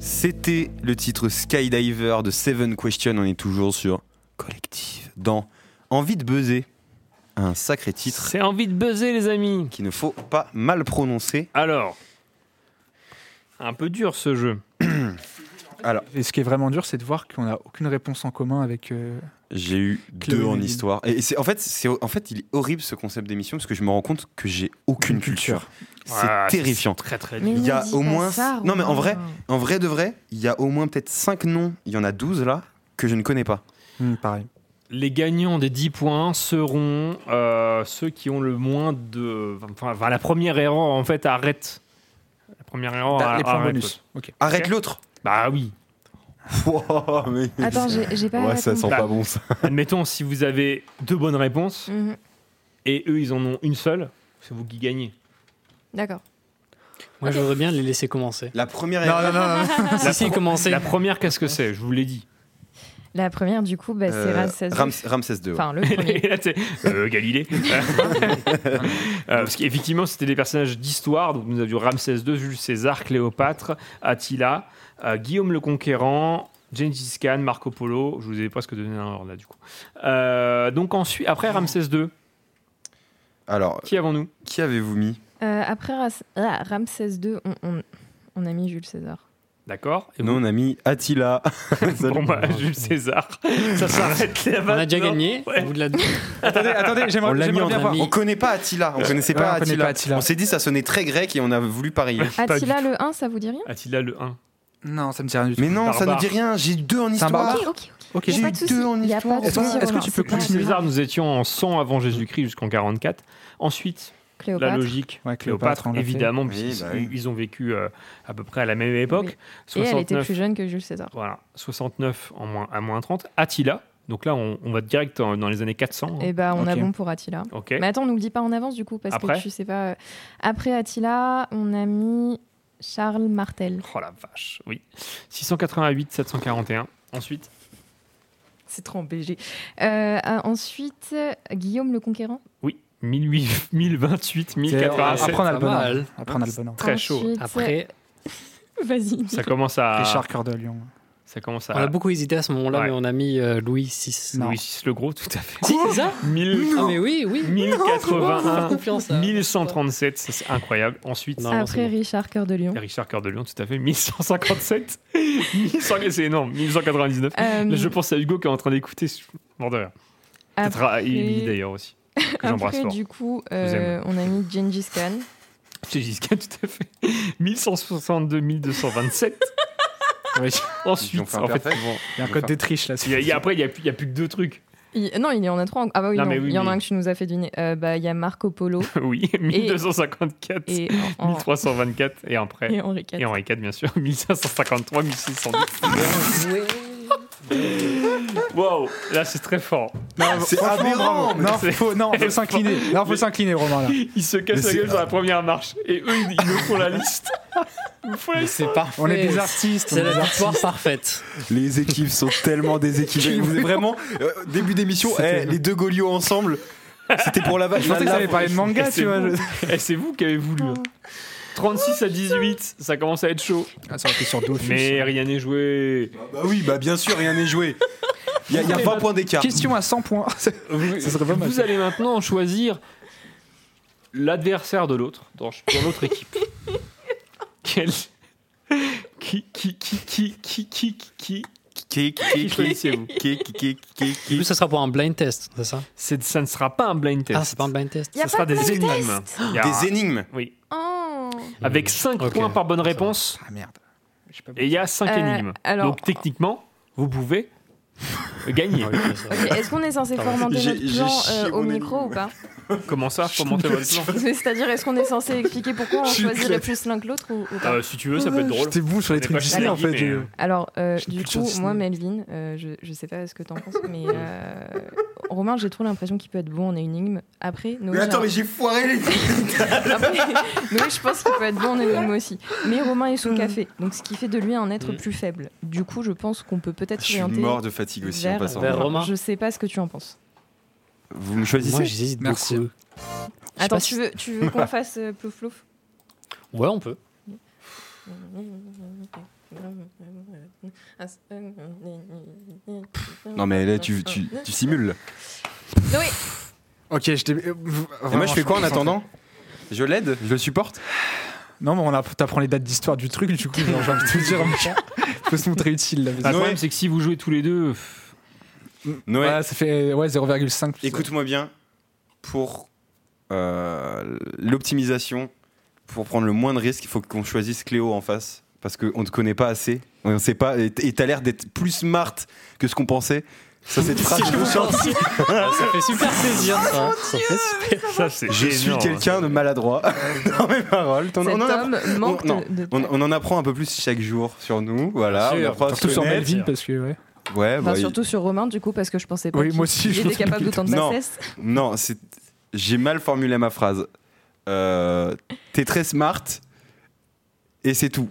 C'était le titre Skydiver de Seven Question. On est toujours sur Collective dans Envie de buzzer. Un sacré titre C'est envie de buzzer, les amis. qu'il ne faut pas mal prononcer. Alors, un peu dur ce jeu. Et ce qui est vraiment dur, c'est de voir qu'on n'a aucune réponse en commun avec. euh, J'ai eu Chloé deux en Medine. histoire. Et c'est en fait, c'est en fait, il est horrible ce concept d'émission parce que je me rends compte que j'ai aucune culture. C'est Ah, terrifiant. Très très Mais dur. Il y ne a dis au pas moins- ça, non, mais en Romain. vrai, En vrai de vrai, il y a au moins peut-être 5 noms, il y en a 12 là, que je ne connais pas. pareil. Les gagnants des 10 points seront euh, ceux qui ont le moins de. Enfin, enfin, la première erreur en fait arrête. La première erreur Bah, les Ah, arrête. points bonus. Ok. Arrête Ok. l'autre Bah oui. Wow, mais- Attends, j'ai j'ai pas. la réponse. Bah. bon ça. Admettons si vous avez deux bonnes Mm. réponses Mhm. et eux ils en ont une seule, c'est vous qui gagnez. D'accord. Moi, je voudrais bien les laisser commencer. La première Non, erreur. non, non, non. Ah. Si, si, commencez. La première, qu'est-ce que c'est Je vous l'ai dit. La première, du coup, bah, c'est euh, Ramsès. Rams- Ramsès II. ouais. Enfin, le premier. Et là, t'es, euh, Galilée. Euh, parce qu'effectivement, c'était des personnages d'histoire. Donc, nous avions Ramsès II, Jules César, Cléopâtre, Attila, euh, Guillaume le Conquérant, Gengis Khan, Marco Polo. Je vous ai presque donné un ordre là, du coup. Euh, donc, ensuite, après Ramsès II, Alors, qui avons-nous qui avez-vous mis Euh, après Ras- ah, Ramsès II, on, on- on a mis Jules César. D'accord Et Nous on a mis Attila. vous Bon, bah, Jules César. Ça s'arrête là On a déjà gagné. Ouais. Au bout de la- attendez, attendez, On j'aimerais l'a mis j'aimerais en bien voir. ami. on connaît pas Attila, on connaissait Ouais, on pas, connaît Attila. pas Attila. On s'est dit ça sonnait très grec et on a voulu parier. Pas du Attila, le 1, ça vous dit rien Attila le 1. Non, ça me dit rien du tout. Mais non, ça Barbare. ne dit rien, j'ai eu deux en C'est un histoire. barbare. Ok, ok, ok. Ok. Y a J'ai pas eu de souci. deux en Y a pas histoire. de Est-ce que- souci, est-ce que Romain, tu c'est peux pas Jules continuer grave. César, nous étions en 100 avant Jésus-Christ jusqu'en 44. Ensuite, Cléopâtre. La logique, Ouais, Cléopâtre, Cléopâtre, on l'a fait. évidemment, Oui, puisqu'ils bah oui. ils ont vécu euh, à peu près à la même époque. Oui. Et 69, elle était plus jeune que Jules César. voilà, 69 en moins, à moins 30. Attila, donc là, on, on va direct en- dans les années 400. hein. Et bah, on a Ok. bon pour Attila. Ok. Mais attends, on n'oublie pas en avance du coup, parce Après que tu sais pas. euh, Après Attila, on a mis Charles Martel. Oh la vache, oui. 688, 741. Ensuite, C'est trop en BG. Euh, ah, ensuite, euh, Guillaume le Conquérant. oui, 1800, 1028, Après, 1087. on a le Pas bon mal. ordre. Après, on a le bon ordre. Très chaud. Ensuite, Après, euh, Vas-y. Ça commence à. Richard Cœur de Lion. Ça commence on a à. beaucoup hésité à ce moment-là, Ouais. mais on a mis euh, Louis VI. Non. Louis VI le Gros, tout à fait. Si, c'est ça 1000 Ah, mais oui, oui. 1081, Confiance. 1137, ça, c'est incroyable. Ensuite, Non, non, c'est Après bon. Richard Cœur de Lion. Et Richard Cœur de Lion, tout à fait. 1157. 1100, c'est énorme. 1199. Euh, Là, je pense à Hugo qui est en train d'écouter. je suis Mort de rire. Peut-être à Émilie, d'ailleurs aussi. Que j'embrasse après, fort. du coup, vous euh, aime. on a mis Gengis Khan. J'ai Giscard, tout à fait. 1162 1227. Oui. Ils ont Ensuite, fait un en fait, perfect. Il y a un code des triches là. il y a- il y a- après, il n'y a, plus- il y a plus que deux trucs. Il- Non, il y en a trois. en- Ah bah oui, Non, non, mais il oui, y en a mais- un que tu nous as fait deviner. Euh, bah, il y a Marco Polo Oui, 1254, et, en- 1324, et après. et Henri IV. Et Henri IV, bien sûr, 1553, 1610. Waouh, là c'est très fort. C'est aberrant mais- Non, c'est- faut, non, faut s'incliner. Non, faut s''incliner, Romain là. Ils se cassent Mais la c'est- gueule sur la première marche, et eux ils, ils nous font la liste. Ils nous font la liste. C'est parfait. On est des artistes. on C'est est des la artistes. victoire parfaite. Les équipes sont tellement déséquilibrées. Vous êtes vraiment, euh, début d'émission, eh, les deux Goliots ensemble, c'était pour la vache. Je pensais que Là, ça allait parler de manga, Et c'est tu vois. vous. je- Eh, c'est vous qui avez voulu. hein. 36 à 18, ça commence à être chaud. Oh, Ah, ça aurait été sur Dofus. Mais rien n'est joué. Bah oui, bah bien sûr, rien n'est joué. Il y a, il y a 20 points d'écart. Question à 100 points. ça serait pas mal. Vous allez maintenant choisir l'adversaire de l'autre, dans, dans l'autre équipe. Quel. Qui, qui, qui, qui, qui, qui, qui, Qui- qui- qui qui- choisissez-vous qui- qui- qui- qui- En qui- plus, ça sera pour un blind test, c'est ça C'est- Ça ne sera pas un blind test. Ah, c'est pas un blind test. Y a Ce sera pas de des blind énigmes. test Il y a- Des énigmes. Oui. Oh. Avec 5 Ok. points par bonne réponse, Ah merde. Je sais pas et il y a 5 Euh, énigmes. alors- Donc techniquement, vous pouvez gagner. Ah Ok, Est-ce qu'on est censé Pardon. commenter J'ai- notre j'ai plan chié euh, au mon micro ou énigme. pas Comment ça Faut monter votre plan C'est-à-dire, est-ce qu'on est censé expliquer pourquoi on Je suis choisit le clair. plus l'un que l'autre ou, ou pas Euh, Si tu veux, ça peut être drôle. J'étais bon sur les On est trucs pas chez Disney en Nagui, fait. mais, je- euh, Alors, euh, Je n'ai du plus de coup, chance, moi, non. Melvin, euh, je, je sais pas ce que t'en penses, mais euh, Romain, j'ai trop l'impression qu'il peut être bon en énigme. Après, Noé, Mais attends, j'ai- mais j'ai foiré les. après, Noé, je pense qu'il peut être bon en énigme aussi. Mais Romain est Hmm. sous café, donc ce qui fait de lui un Hmm. être plus faible. Du coup, je pense qu'on peut peut-être Je suis s'orienter mort de fatigue aussi en vers- passant. vers- Romain. Je sais pas ce que tu en penses. Vous me Moi, choisissez j'hésite Merci. beaucoup. Je sais Attends, pas tu si- veux, tu veux qu'on fasse euh, plouf plouf Ouais, on peut. Non, mais là, tu, tu, tu simules. Oui, Ok, je t'ai. euh, Et moi, vraiment, je fais quoi en suis concentré. attendant Je l'aide Je le supporte Non, mais on app- t'apprends les dates d'histoire du truc, du coup, genre, j'ai envie de te dire, mais faut se montrer utile là. Le parce que- problème, c'est que si vous jouez tous les deux, pff, Noé, Ouais, ça fait ouais, 0,5. plus- écoute-moi bien. Pour euh, l'optimisation, pour prendre le moins de risques, il faut qu'on choisisse Cléo en face. Parce qu'on ne te connaît pas assez. On ne sait pas. Et t- et t'as l'air d'être plus smart que ce qu'on pensait. Ça, cette phrase. je ça fait super plaisir. ça. Ça fait super- ça, c'est je suis énorme. hein. quelqu'un de maladroit. dans mes paroles. T'en- cet on en apprend- homme manque non, de, de On, tact. on en apprend un peu plus chaque jour sur nous, voilà. Bien On sûr, apprend à se Surtout sur connaître. Melvin, parce que ouais. Ouais, Enfin, bah, il- surtout sur Romain, du coup, parce que je pensais pas Oui, qu'il moi aussi, qu'il je était pensais capable qu'il d'autant de était- Non. bassesse. Non, c'est- j'ai mal formulé ma phrase. Euh, T'es très smart et c'est tout.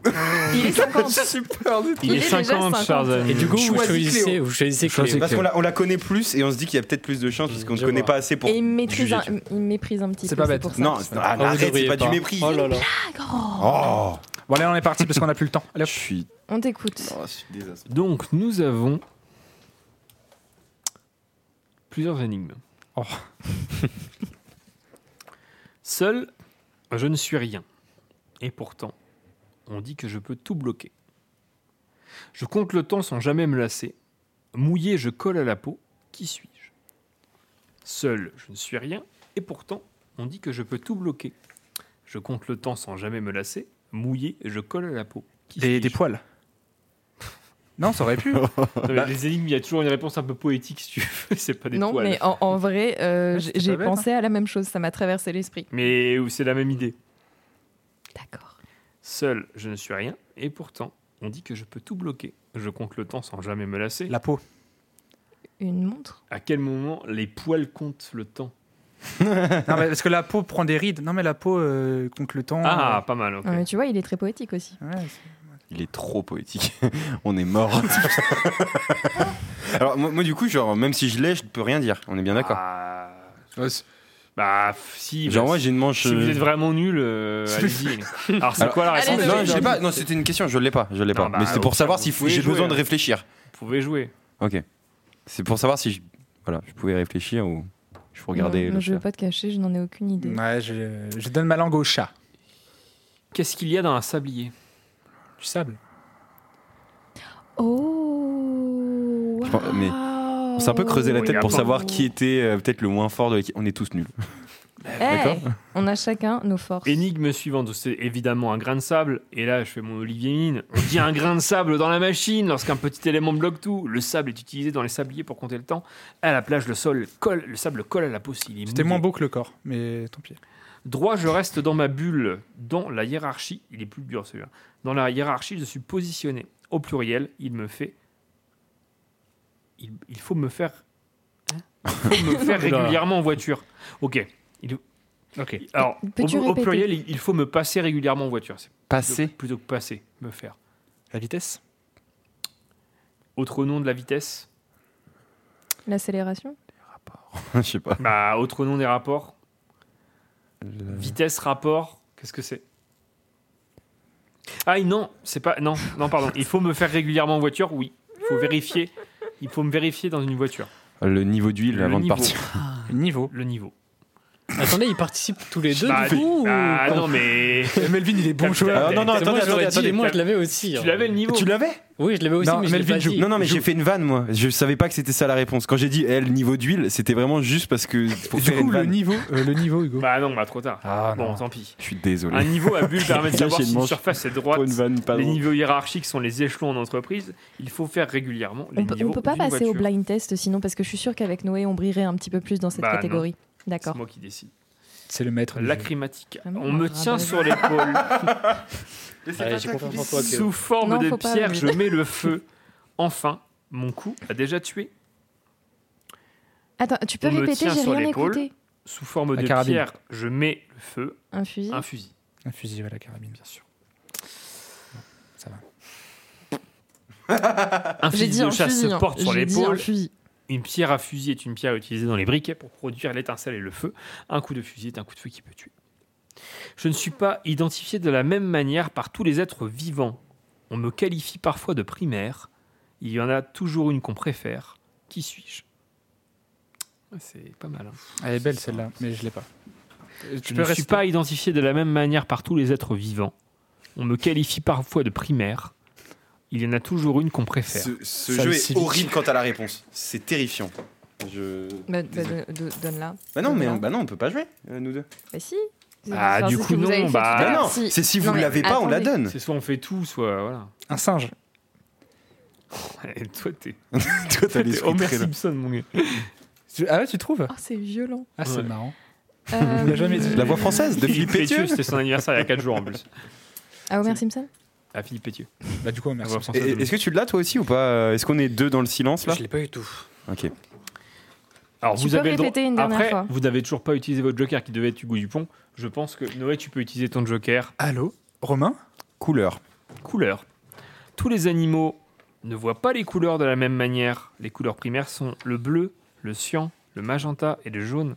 Il est 50. J'ai peur de- Il Il est est déjà 50, chers 50. amis. Et du coup, vous Choisis choisissez, Cléo. vous choisissez Choisis Cléo. Parce qu'on la, on la connaît plus et on se dit qu'il y a peut-être plus de chances parce qu'on ne Je connaît vois. pas assez pour. Et il méprise, juger, un, tu vois. il méprise un petit C'est peu. pas c'est bête. pour ça. Non, c'est- ah, Oh, vous arrête, c'est devriez pas, du mépris. Oh là là. Oh, Bon, allez, on est parti parce qu'on a plus le temps. Allez, je hop. suis. On t'écoute. oh, je suis désastreux. Donc, nous avons plusieurs énigmes. Oh. Seul, je ne suis rien. Et pourtant, on dit que je peux tout bloquer. Je compte le temps sans jamais me lasser. Mouillé, je colle à la peau. Qui suis-je Seul, je ne suis rien. Et pourtant, on dit que je peux tout bloquer. Je compte le temps sans jamais me lasser. Mouillé, je colle à la peau. Qui Des, suis-je des poils. Non, ça aurait pu. non, mais les énigmes, il y a toujours une réponse un peu poétique, si tu veux. C'est pas des Non, toiles. mais en, en vrai, euh, Ouais, j'ai c'était j'ai pas bête, pensé à la même chose. Ça m'a traversé l'esprit. Mais où c'est la même idée. D'accord. Seul, je ne suis rien, et pourtant, on dit que je peux tout bloquer. Je compte le temps sans jamais me lasser. La peau. Une montre À quel moment les poils comptent le temps Non, mais parce que la peau prend des rides. Non, mais la peau euh, compte le temps. Ah, pas mal, ok. Ah, mais Tu vois, il est très poétique aussi. Ouais, c'est- Il est trop poétique. on est mort. Alors moi, moi, du coup genre même si je l'ai je peux rien dire. On est bien d'accord. Ah, bah, f- si. genre bah, moi j'ai une manche. si vous euh, êtes vraiment nul, euh, allez-y. Alors, c'est Alors- quoi la Allez, Noé. réponse Ah, Non, Noé. je l'ai pas. Non, c'était une question. Je l'ai pas. Je l'ai Non, pas. bah, Mais c'était au pour pire, savoir vous si pouvez j'ai jouer, besoin de hein. réfléchir. Vous pouvez jouer. Ok. C'est pour savoir si je, voilà, je pouvais réfléchir ou je Non, regardais. mais je ne veux pas te cacher, je n'en ai aucune idée. ouais je, je donne ma langue au chat. Qu'est-ce qu'il y a dans un sablier Du sable. Oh Je pense- mais waouh. On s'est un peu creusé la tête pour Oh. savoir qui était euh, peut-être le moins fort de l'équipe. On est tous nuls. Eh, D'accord. on a chacun nos forces. Énigme suivante, c'est évidemment un grain de sable. Et là, je fais mon Olivier Mine. On dit un grain de sable dans la machine lorsqu'un petit élément bloque tout. Le sable est utilisé dans les sabliers pour compter le temps. À la plage, le sol colle, le sable colle à la peau s'il est C'était mouillé. moins beau que le corps, mais tant pis. Droit, je reste dans ma bulle. Dans la hiérarchie, il est plus dur celui-là. Dans la hiérarchie, je suis positionné. Au pluriel, il me fait. Il, il faut me faire. hein Il faut me faire régulièrement en voiture. Ok. Il- Ok. Alors, au, Peux-tu au répéter pluriel, il, il faut me passer régulièrement en voiture. C'est Passer. plutôt que passer, me faire. La vitesse Autre nom de la vitesse L'accélération Je sais pas. Bah, autre nom des rapports. Vitesse, rapport, qu'est-ce que c'est Ah non, c'est pas. Non, non, pardon. Il faut me faire régulièrement en voiture, oui. Il faut vérifier. Il faut me vérifier dans une voiture. Le niveau d'huile Le avant niveau. de partir. Niveau. Le niveau. Attendez, ils participent tous les deux Bah, du coup. Ah non, mais. Eh, Melvin, il est bon Capitaine. joueur. Euh, Ah, non, non, C'est moi, attendez, je l'aurais attendez, dit, attendez. moi je l'avais aussi. hein. Tu l'avais le niveau Tu l'avais Oui, je l'avais aussi, Non, mais je l'ai Melvin pas joue. dit. Non, non, mais j'ai fait une vanne, moi. Je savais pas que c'était ça la réponse. Quand j'ai dit, eh, le niveau d'huile, c'était vraiment juste parce que. Pour Du faire coup, une le vanne. niveau, euh, le niveau, Hugo. Bah non, bah trop tard. Ah, bon, non. tant pis. Je suis Un désolé. niveau à bulle permet de Gâcher savoir une si une manche. surface est droite. Pour une vanne, pas Les drôle. niveaux hiérarchiques sont les échelons en entreprise. Il faut faire régulièrement les On peut, niveaux on peut pas d'une passer au voiture. blind test sinon, parce que je suis sûre qu'avec Noé, on brillerait un petit peu plus dans cette Bah, non. catégorie. C'est D'accord. moi qui décide. C'est le maître. du jeu. Lacrymatique. Vraiment, On un me tient rabat-joie. sur l'épaule. Ouais, j'ai confiance en toi, Cléo. Sous forme Non, de faut pas, pierre, mais- je mets le feu. Enfin, mon coup a déjà tué. Attends, tu peux On me répéter, tient j'ai sur rien l'épaule. écouté. Sous forme La de carabine. pierre, je mets le feu. Un fusil Un fusil, Un fusil à la carabine. bien sûr. Ça va. Un J'ai fusil dit de un chasse fusil. se hein. porte sur J'ai dit un l'épaule. fusil. Une pierre à fusil est une pierre utilisée dans les briquets pour produire l'étincelle et le feu. Un coup de fusil est un coup de feu qui peut tuer. Je ne suis pas identifié de la même manière par tous les êtres vivants. On me qualifie parfois de primaire. Il y en a toujours une qu'on préfère. Qui suis-je Ouais, C'est pas mal. hein. Elle est belle celle-là, mais je l'ai pas. Je ne suis pas identifié de la même manière par tous les êtres vivants. On me qualifie parfois de primaire. Il y en a toujours une qu'on préfère. Ce, ce Ça jeu me est civique. horrible quant à la réponse. C'est terrifiant. Je... Bah, bah, Désolé. do- do- Donne-la. Bah non, mais on, Donne-la. bah non, on peut pas jouer, euh, nous deux. Bah si. Ah, Enfin, du c'est ce coup, que vous non, avez fait tout bah, à Bah l'heure. non, c'est si vous Non, ne mais l'avez pas, on la attendez. donne. C'est soit on fait tout, soit voilà. Un singe. Et toi, t'es Toi, t'as t'es l'esprit Homer très là. Simpson, mon gars. Tu- Ah ouais, tu trouves Oh, c'est violent. Ah, c'est Ouais. marrant. Euh, l'a jamais dit. La voix française de Philippe Pétieux. C'était son anniversaire il y a 4 jours en plus. À Ah, Homer Simpson À Philippe Pétieux. Bah, du coup, merci. La voix Et- française de- Est-ce que tu l'as toi aussi ou pas Est-ce qu'on est deux dans le silence là Je l'ai pas eu tout. Ok. Alors, Tu vous peux avez le droit- répéter une dernière Après, fois. vous n'avez toujours pas utilisé votre joker qui devait être Hugo Dupont. Je pense que Noé, tu peux utiliser ton joker. Allô Romain Couleur. Couleur. Tous les animaux ne voient pas les couleurs de la même manière. Les couleurs primaires sont le bleu, le cyan, le magenta et le jaune.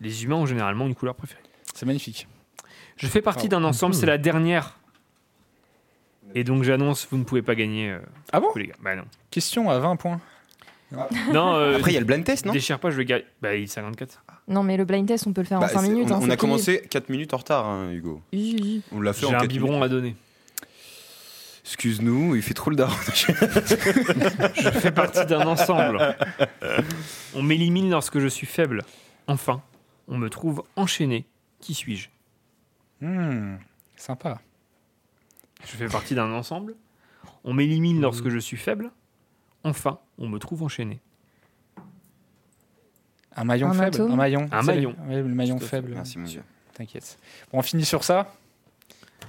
Les humains ont généralement une couleur préférée. C'est magnifique. Je fais partie Ah, d'un ensemble, c'est la dernière. Et donc j'annonce, vous ne pouvez pas gagner, euh, Ah bon tous les gars. Bah non. Question à 20 points. Non, euh, Après il y a le blind test non déchire pas, je vais gagner. Bah il est 54. Non, mais le blind test, on peut le faire Bah, en 5 c'est- minutes. on, hein, on c'est a plié. commencé 4 minutes en retard, hein, Hugo. Hi, hi. On l'a fait en J'ai un 4 biberon minutes. à donner. Excuse-nous, il fait trop le daron. Je fais partie d'un ensemble. On m'élimine lorsque je suis faible. Enfin, on me trouve enchaîné. Qui suis-je Hmm, sympa. Je fais partie d'un ensemble. On m'élimine lorsque je suis faible. Enfin, on me trouve enchaîné. Un maillon Un faible. atome. Un maillon. Un C'est maillon. le- ouais, le maillon Tout à fait. faible. Merci mon dieu. T'inquiète. Bon, on finit sur ça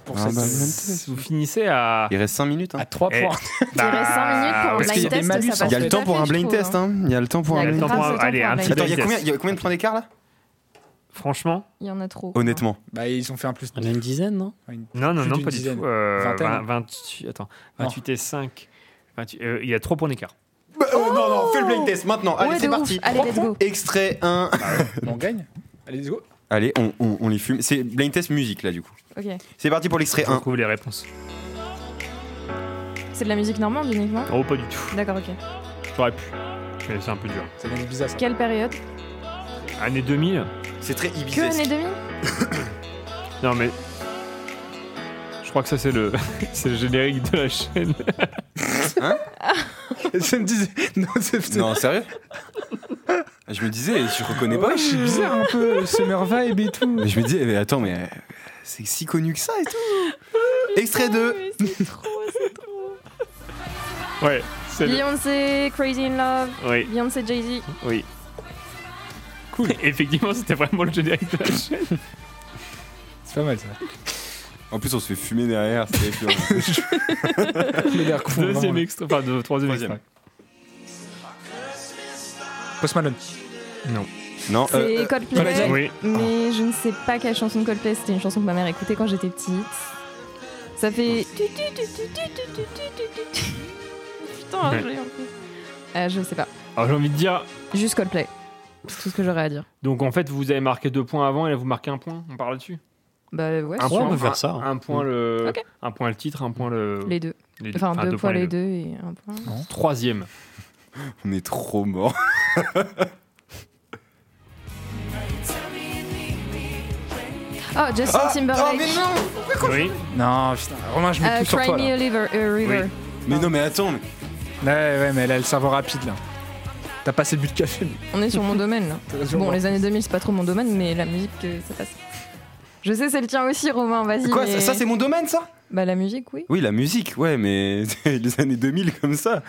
Pour Ah cette- bah, Vous finissez à. Il reste 5 minutes. Ah, hein. À 3 Eh, points. Tu restes 5 Bah, minutes pour un ouais. parce qu'il y a blind des test, ça malus, passe hein. Il y a tout le à temps fait, pour un je blind trouve, test. hein. hein. Il y a le temps pour Il y un a blind le Attends, test. temps. pour- grâce au allez, temps un pour petit la Attends, il y a blind combien- test. il y a combien de points d'écart là Franchement, Il y en a trop. Honnêtement. Bah, ils ont fait un plus. On a une dizaine, non non, non, Plus non, d'une pas du dizaine. tout. Euh, Vingtaine. vingt- vingt- attends, 28 et 5. il y a 3 points d'écart. Bah, euh, non, non, fais le blind test maintenant. Oh. Ouais, Allez, c'est de ouf. parti. Allez, let's go. Extrait 1. On gagne Allez, let's go. Allez, on, on- on les fume. C'est blind test musique là du coup. Ok. C'est parti pour l'extrait On 1. trouve les réponses. C'est de la musique normande uniquement Oh, pas du tout. D'accord, ok. J'aurais pu. Mais c'est un peu dur. Ça devient bizarre. ça. Quelle période Année 2000 C'est très Que ibizesque. année 2000 Non, mais. Je crois que ça, c'est le... c'est le générique de la chaîne. Ça me disait. Non, c'est Non, sérieux Ah, Je me disais, je reconnais pas. Ouais, je suis bizarre un peu. Summer vibe et tout. Mais je me disais, mais attends, mais euh, c'est si connu que ça et tout. Extrait 2. Mais C'est trop, c'est trop. Ouais, c'est le. Beyoncé, Crazy in Love, Oui, Beyoncé, Jay-Z. oui. Cool. Effectivement, c'était vraiment le générique de la chaîne. C'est pas mal ça. En plus, on se fait fumer derrière. Il a l'air con, Deuxième vraiment. extrait, enfin, de- troisième Troisième. extrait. Post Malone. non, C'est euh, Coldplay. Oui. Mais je ne sais pas quelle chanson de Coldplay, c'était une chanson que ma mère écoutait quand j'étais petite. Ça fait. Putain, hein, Ouais. je l'ai en plus. Euh, Je sais pas. Alors, j'ai envie de dire. Juste Coldplay. C'est tout ce que j'aurais à dire. Donc, en fait, vous avez marqué deux points avant et là, vous marquez un point. On parle dessus Bah ouais, Un Ouais, point, on peut un- faire ça. hein. Un point, le, Ok. un point le titre, un point le. les deux. les deux. Enfin, Enfin, deux fois les deux et un point. Troisième. on est trop mort. Oh, Justin Timberlake. mais non Oui. Non, putain. Romain, je mets Euh, tout sur Cry toi. Me Là. a River. a river. Mais non, mais attends. mais- Ouais, ouais, mais elle a le cerveau rapide là. T'as passé le but de café. mais On est sur mon domaine là. t'as raison, Bon, moi. les années 2000, c'est pas trop mon domaine, mais la musique, euh, ça passe. Je sais, c'est le tien aussi, Romain, vas-y. Quoi, mais- ça, ça, c'est mon domaine ça Bah, la musique, oui. Oui, la musique, ouais, mais les années 2000 comme ça.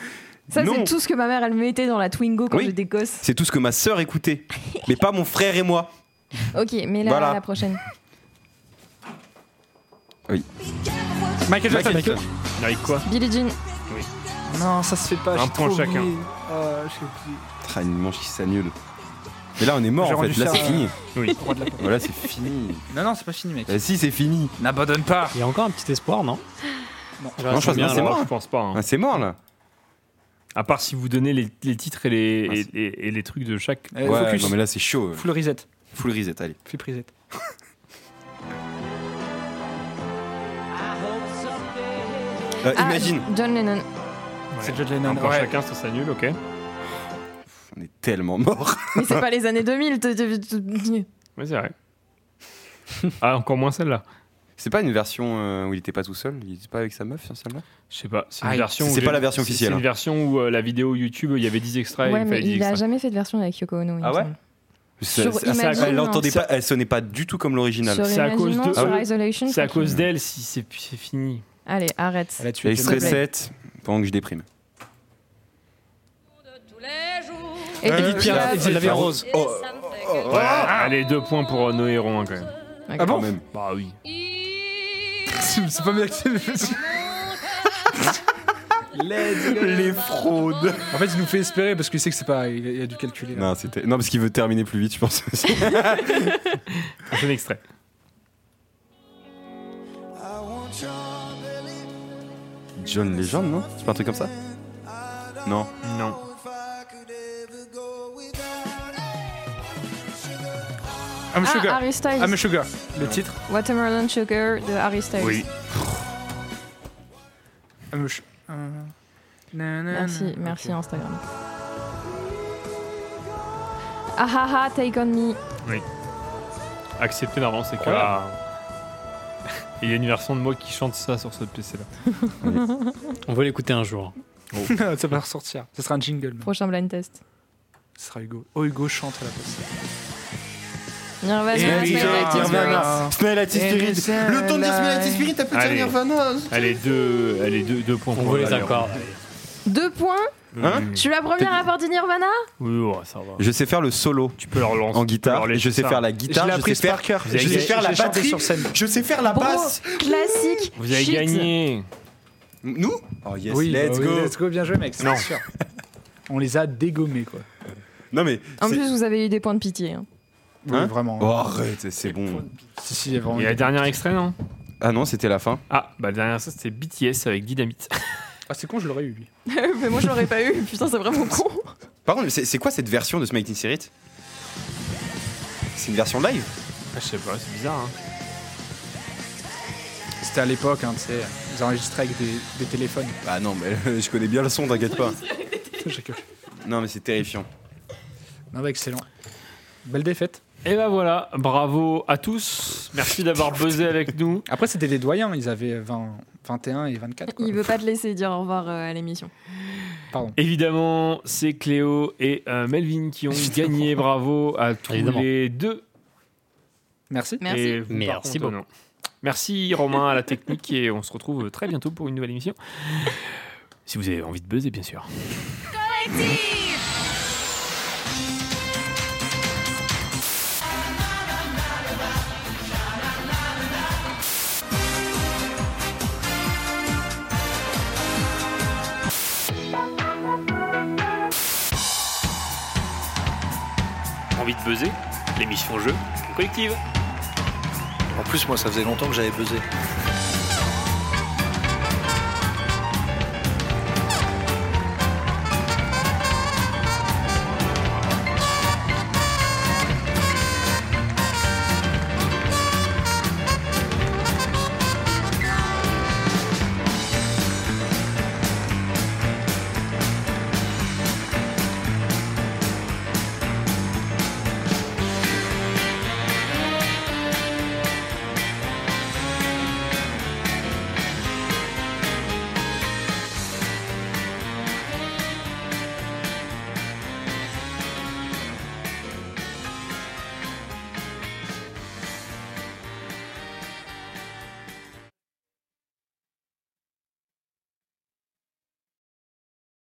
Ça, non, c'est tout ce que ma mère, elle mettait dans la Twingo quand Oui. j'étais gosse. c'est tout ce que ma sœur écoutait. mais pas mon frère et moi. Ok, mais là, Voilà. la prochaine. Michael Jackson. Michael Avec quoi Billie Jean. Euh, Non, ça se fait pas. Un j'ai point trop chacun. oublié. Ah, j'ai oublié. Putain, une manche qui s'annule. Mais là, on est mort J'ai en fait. rendu Là, ça, c'est euh, fini. Oui. Roi de la pop. Voilà, c'est fini. Non, non, c'est pas fini, mec. Bah, si, c'est fini. N'abandonne pas. Il y a encore un petit espoir, non Non. J'aurais Non, je pense bien, que c'est alors. mort. Je pense pas. hein. Ah, c'est mort là. À part si vous donnez les, les titres et les, Ah, et, c'est- et- et les trucs de chaque. Eh, ouais, focus. non, mais là, c'est chaud. euh. Full reset. Full reset, allez. Flip reset. Euh, Ah, imagine, John Lennon. Ouais. C'est John Euh, Lennon. Encore ouais. chacun, ça s'annule, ok. on est tellement mort. Mais c'est pas les années 2000. t'es- t'es- t'es- Mais c'est vrai. ah, encore moins celle-là. C'est pas une version euh, où il était pas tout seul Il était pas avec sa meuf sur celle-là Je sais pas. C'est une Ah, version. c'est où pas j'ai- la version c'est- officielle, C'est hein. une version où euh, la vidéo YouTube, il y avait 10 extraits. et Ouais, il fallait mais 10 il a extraits. jamais fait de version avec Yoko Ono. il me Ah ouais semble. Ça- Sur ça- Imagine, ça- Elle non. entendait pas, elle sonnait pas du tout comme l'original. Sur C'est à cause Imagine, de- sur Ah oui. Isolation. C'est à franchement. cause d'elle si c'est c'est fini. Allez, arrête. Elle a tué Extrait plaît. 7, pendant que je déprime. Et Euh, puis, Edith tu Piaf, as- Edith Piaf. La rose. Oh, Ouais, allez, deux points pour euh, Noé Héron, hein, quand même. Ah quand bon même. Bah oui. C'est c'est pas mieux que c'est- Les fraudes. En fait, il nous fait espérer parce qu'il sait que c'est pas. Il a, il a dû calculer. là. Non, c'était. Non, parce qu'il veut terminer plus vite, je pense. Prochain extrait. John Legend, non C'est pas un truc comme ça Non. Eh, Non. Ah, I'm Sugar. Harry Styles. I'm a Sugar. Le titre Watermelon Sugar de Harry Styles. Oui. I'm a Sugar. euh, Merci, merci Instagram. Ah ah ah, take on me. Accepté normalement, c'est que. Ouais. ah, Il y a une version de moi qui chante ça sur ce PC-là. On va l'écouter un jour. Ça va ressortir. Ce sera un jingle. même. Prochain blind test. Ce sera Hugo. Oh, Hugo chante à la place. Eh Eh Nirvana, Nirvana, Smell Like Teen Nirvana. Spirit. Smell at Spirit. Le temps de dire Smell at Teen Spirit, t'as pu dire Allez. Allez, deux, allez, deux, deux points On Oh pour veut Noé les Héron. accords. Deux points Hein Je suis la première à avoir dit Nirvana Oui, ouais, ça va. Je sais faire le solo Tu peux leur lancer. en guitare, je sais faire la guitare, Je je l'ai sais appris faire, par cœur. Vous avez- je sais faire la J'ai chanté batterie, sur scène. je sais faire la Bro, basse. Classique Vous avez Shit. gagné. Nous Oh yes, Oui, let's bah oui, go. Let's go, bien joué, mec. c'est Non. sûr. On les a dégommés, quoi. Non mais En c'est- plus, vous avez eu des points de pitié. hein. Oui, Hein vraiment. Oh, arrête, c'est bon. Si, si, il y a vraiment. Il y a le dernier extrait, non Ah non, c'était la fin. Ah, bah le dernier extrait, c'était BTS avec Dynamite. Ah, c'est con, je l'aurais eu, lui. Mais moi, je l'aurais pas eu. Putain, c'est vraiment con. Par contre, c'est c'est quoi cette version de Smack Spirit C'est une version live Ah, je sais pas, c'est bizarre. Hein. C'était à l'époque, hein, tu sais. Ils enregistraient avec des, des téléphones. Bah non, mais je connais bien le son, t'inquiète pas. J'ai que- Non, mais c'est terrifiant. non, bah, excellent. Belle défaite. Et bah voilà, bravo à tous. Merci d'avoir buzzé avec nous. Après, c'était des doyens. Ils avaient 20, 21 et 24. Quoi. Il veut pas te laisser dire au revoir euh, à l'émission. Pardon. Évidemment, c'est Cléo et euh, Melvin qui ont gagné. Bravo à tous Évidemment. les deux. Merci. Merci. Et vous, par Merci contre, beaucoup. non. Merci Romain à la technique et on se retrouve très bientôt pour une nouvelle émission. Si vous avez envie de buzzer, bien sûr. Envie de buzzer L'émission jeu collective. En plus, moi, ça faisait longtemps que j'avais buzzé.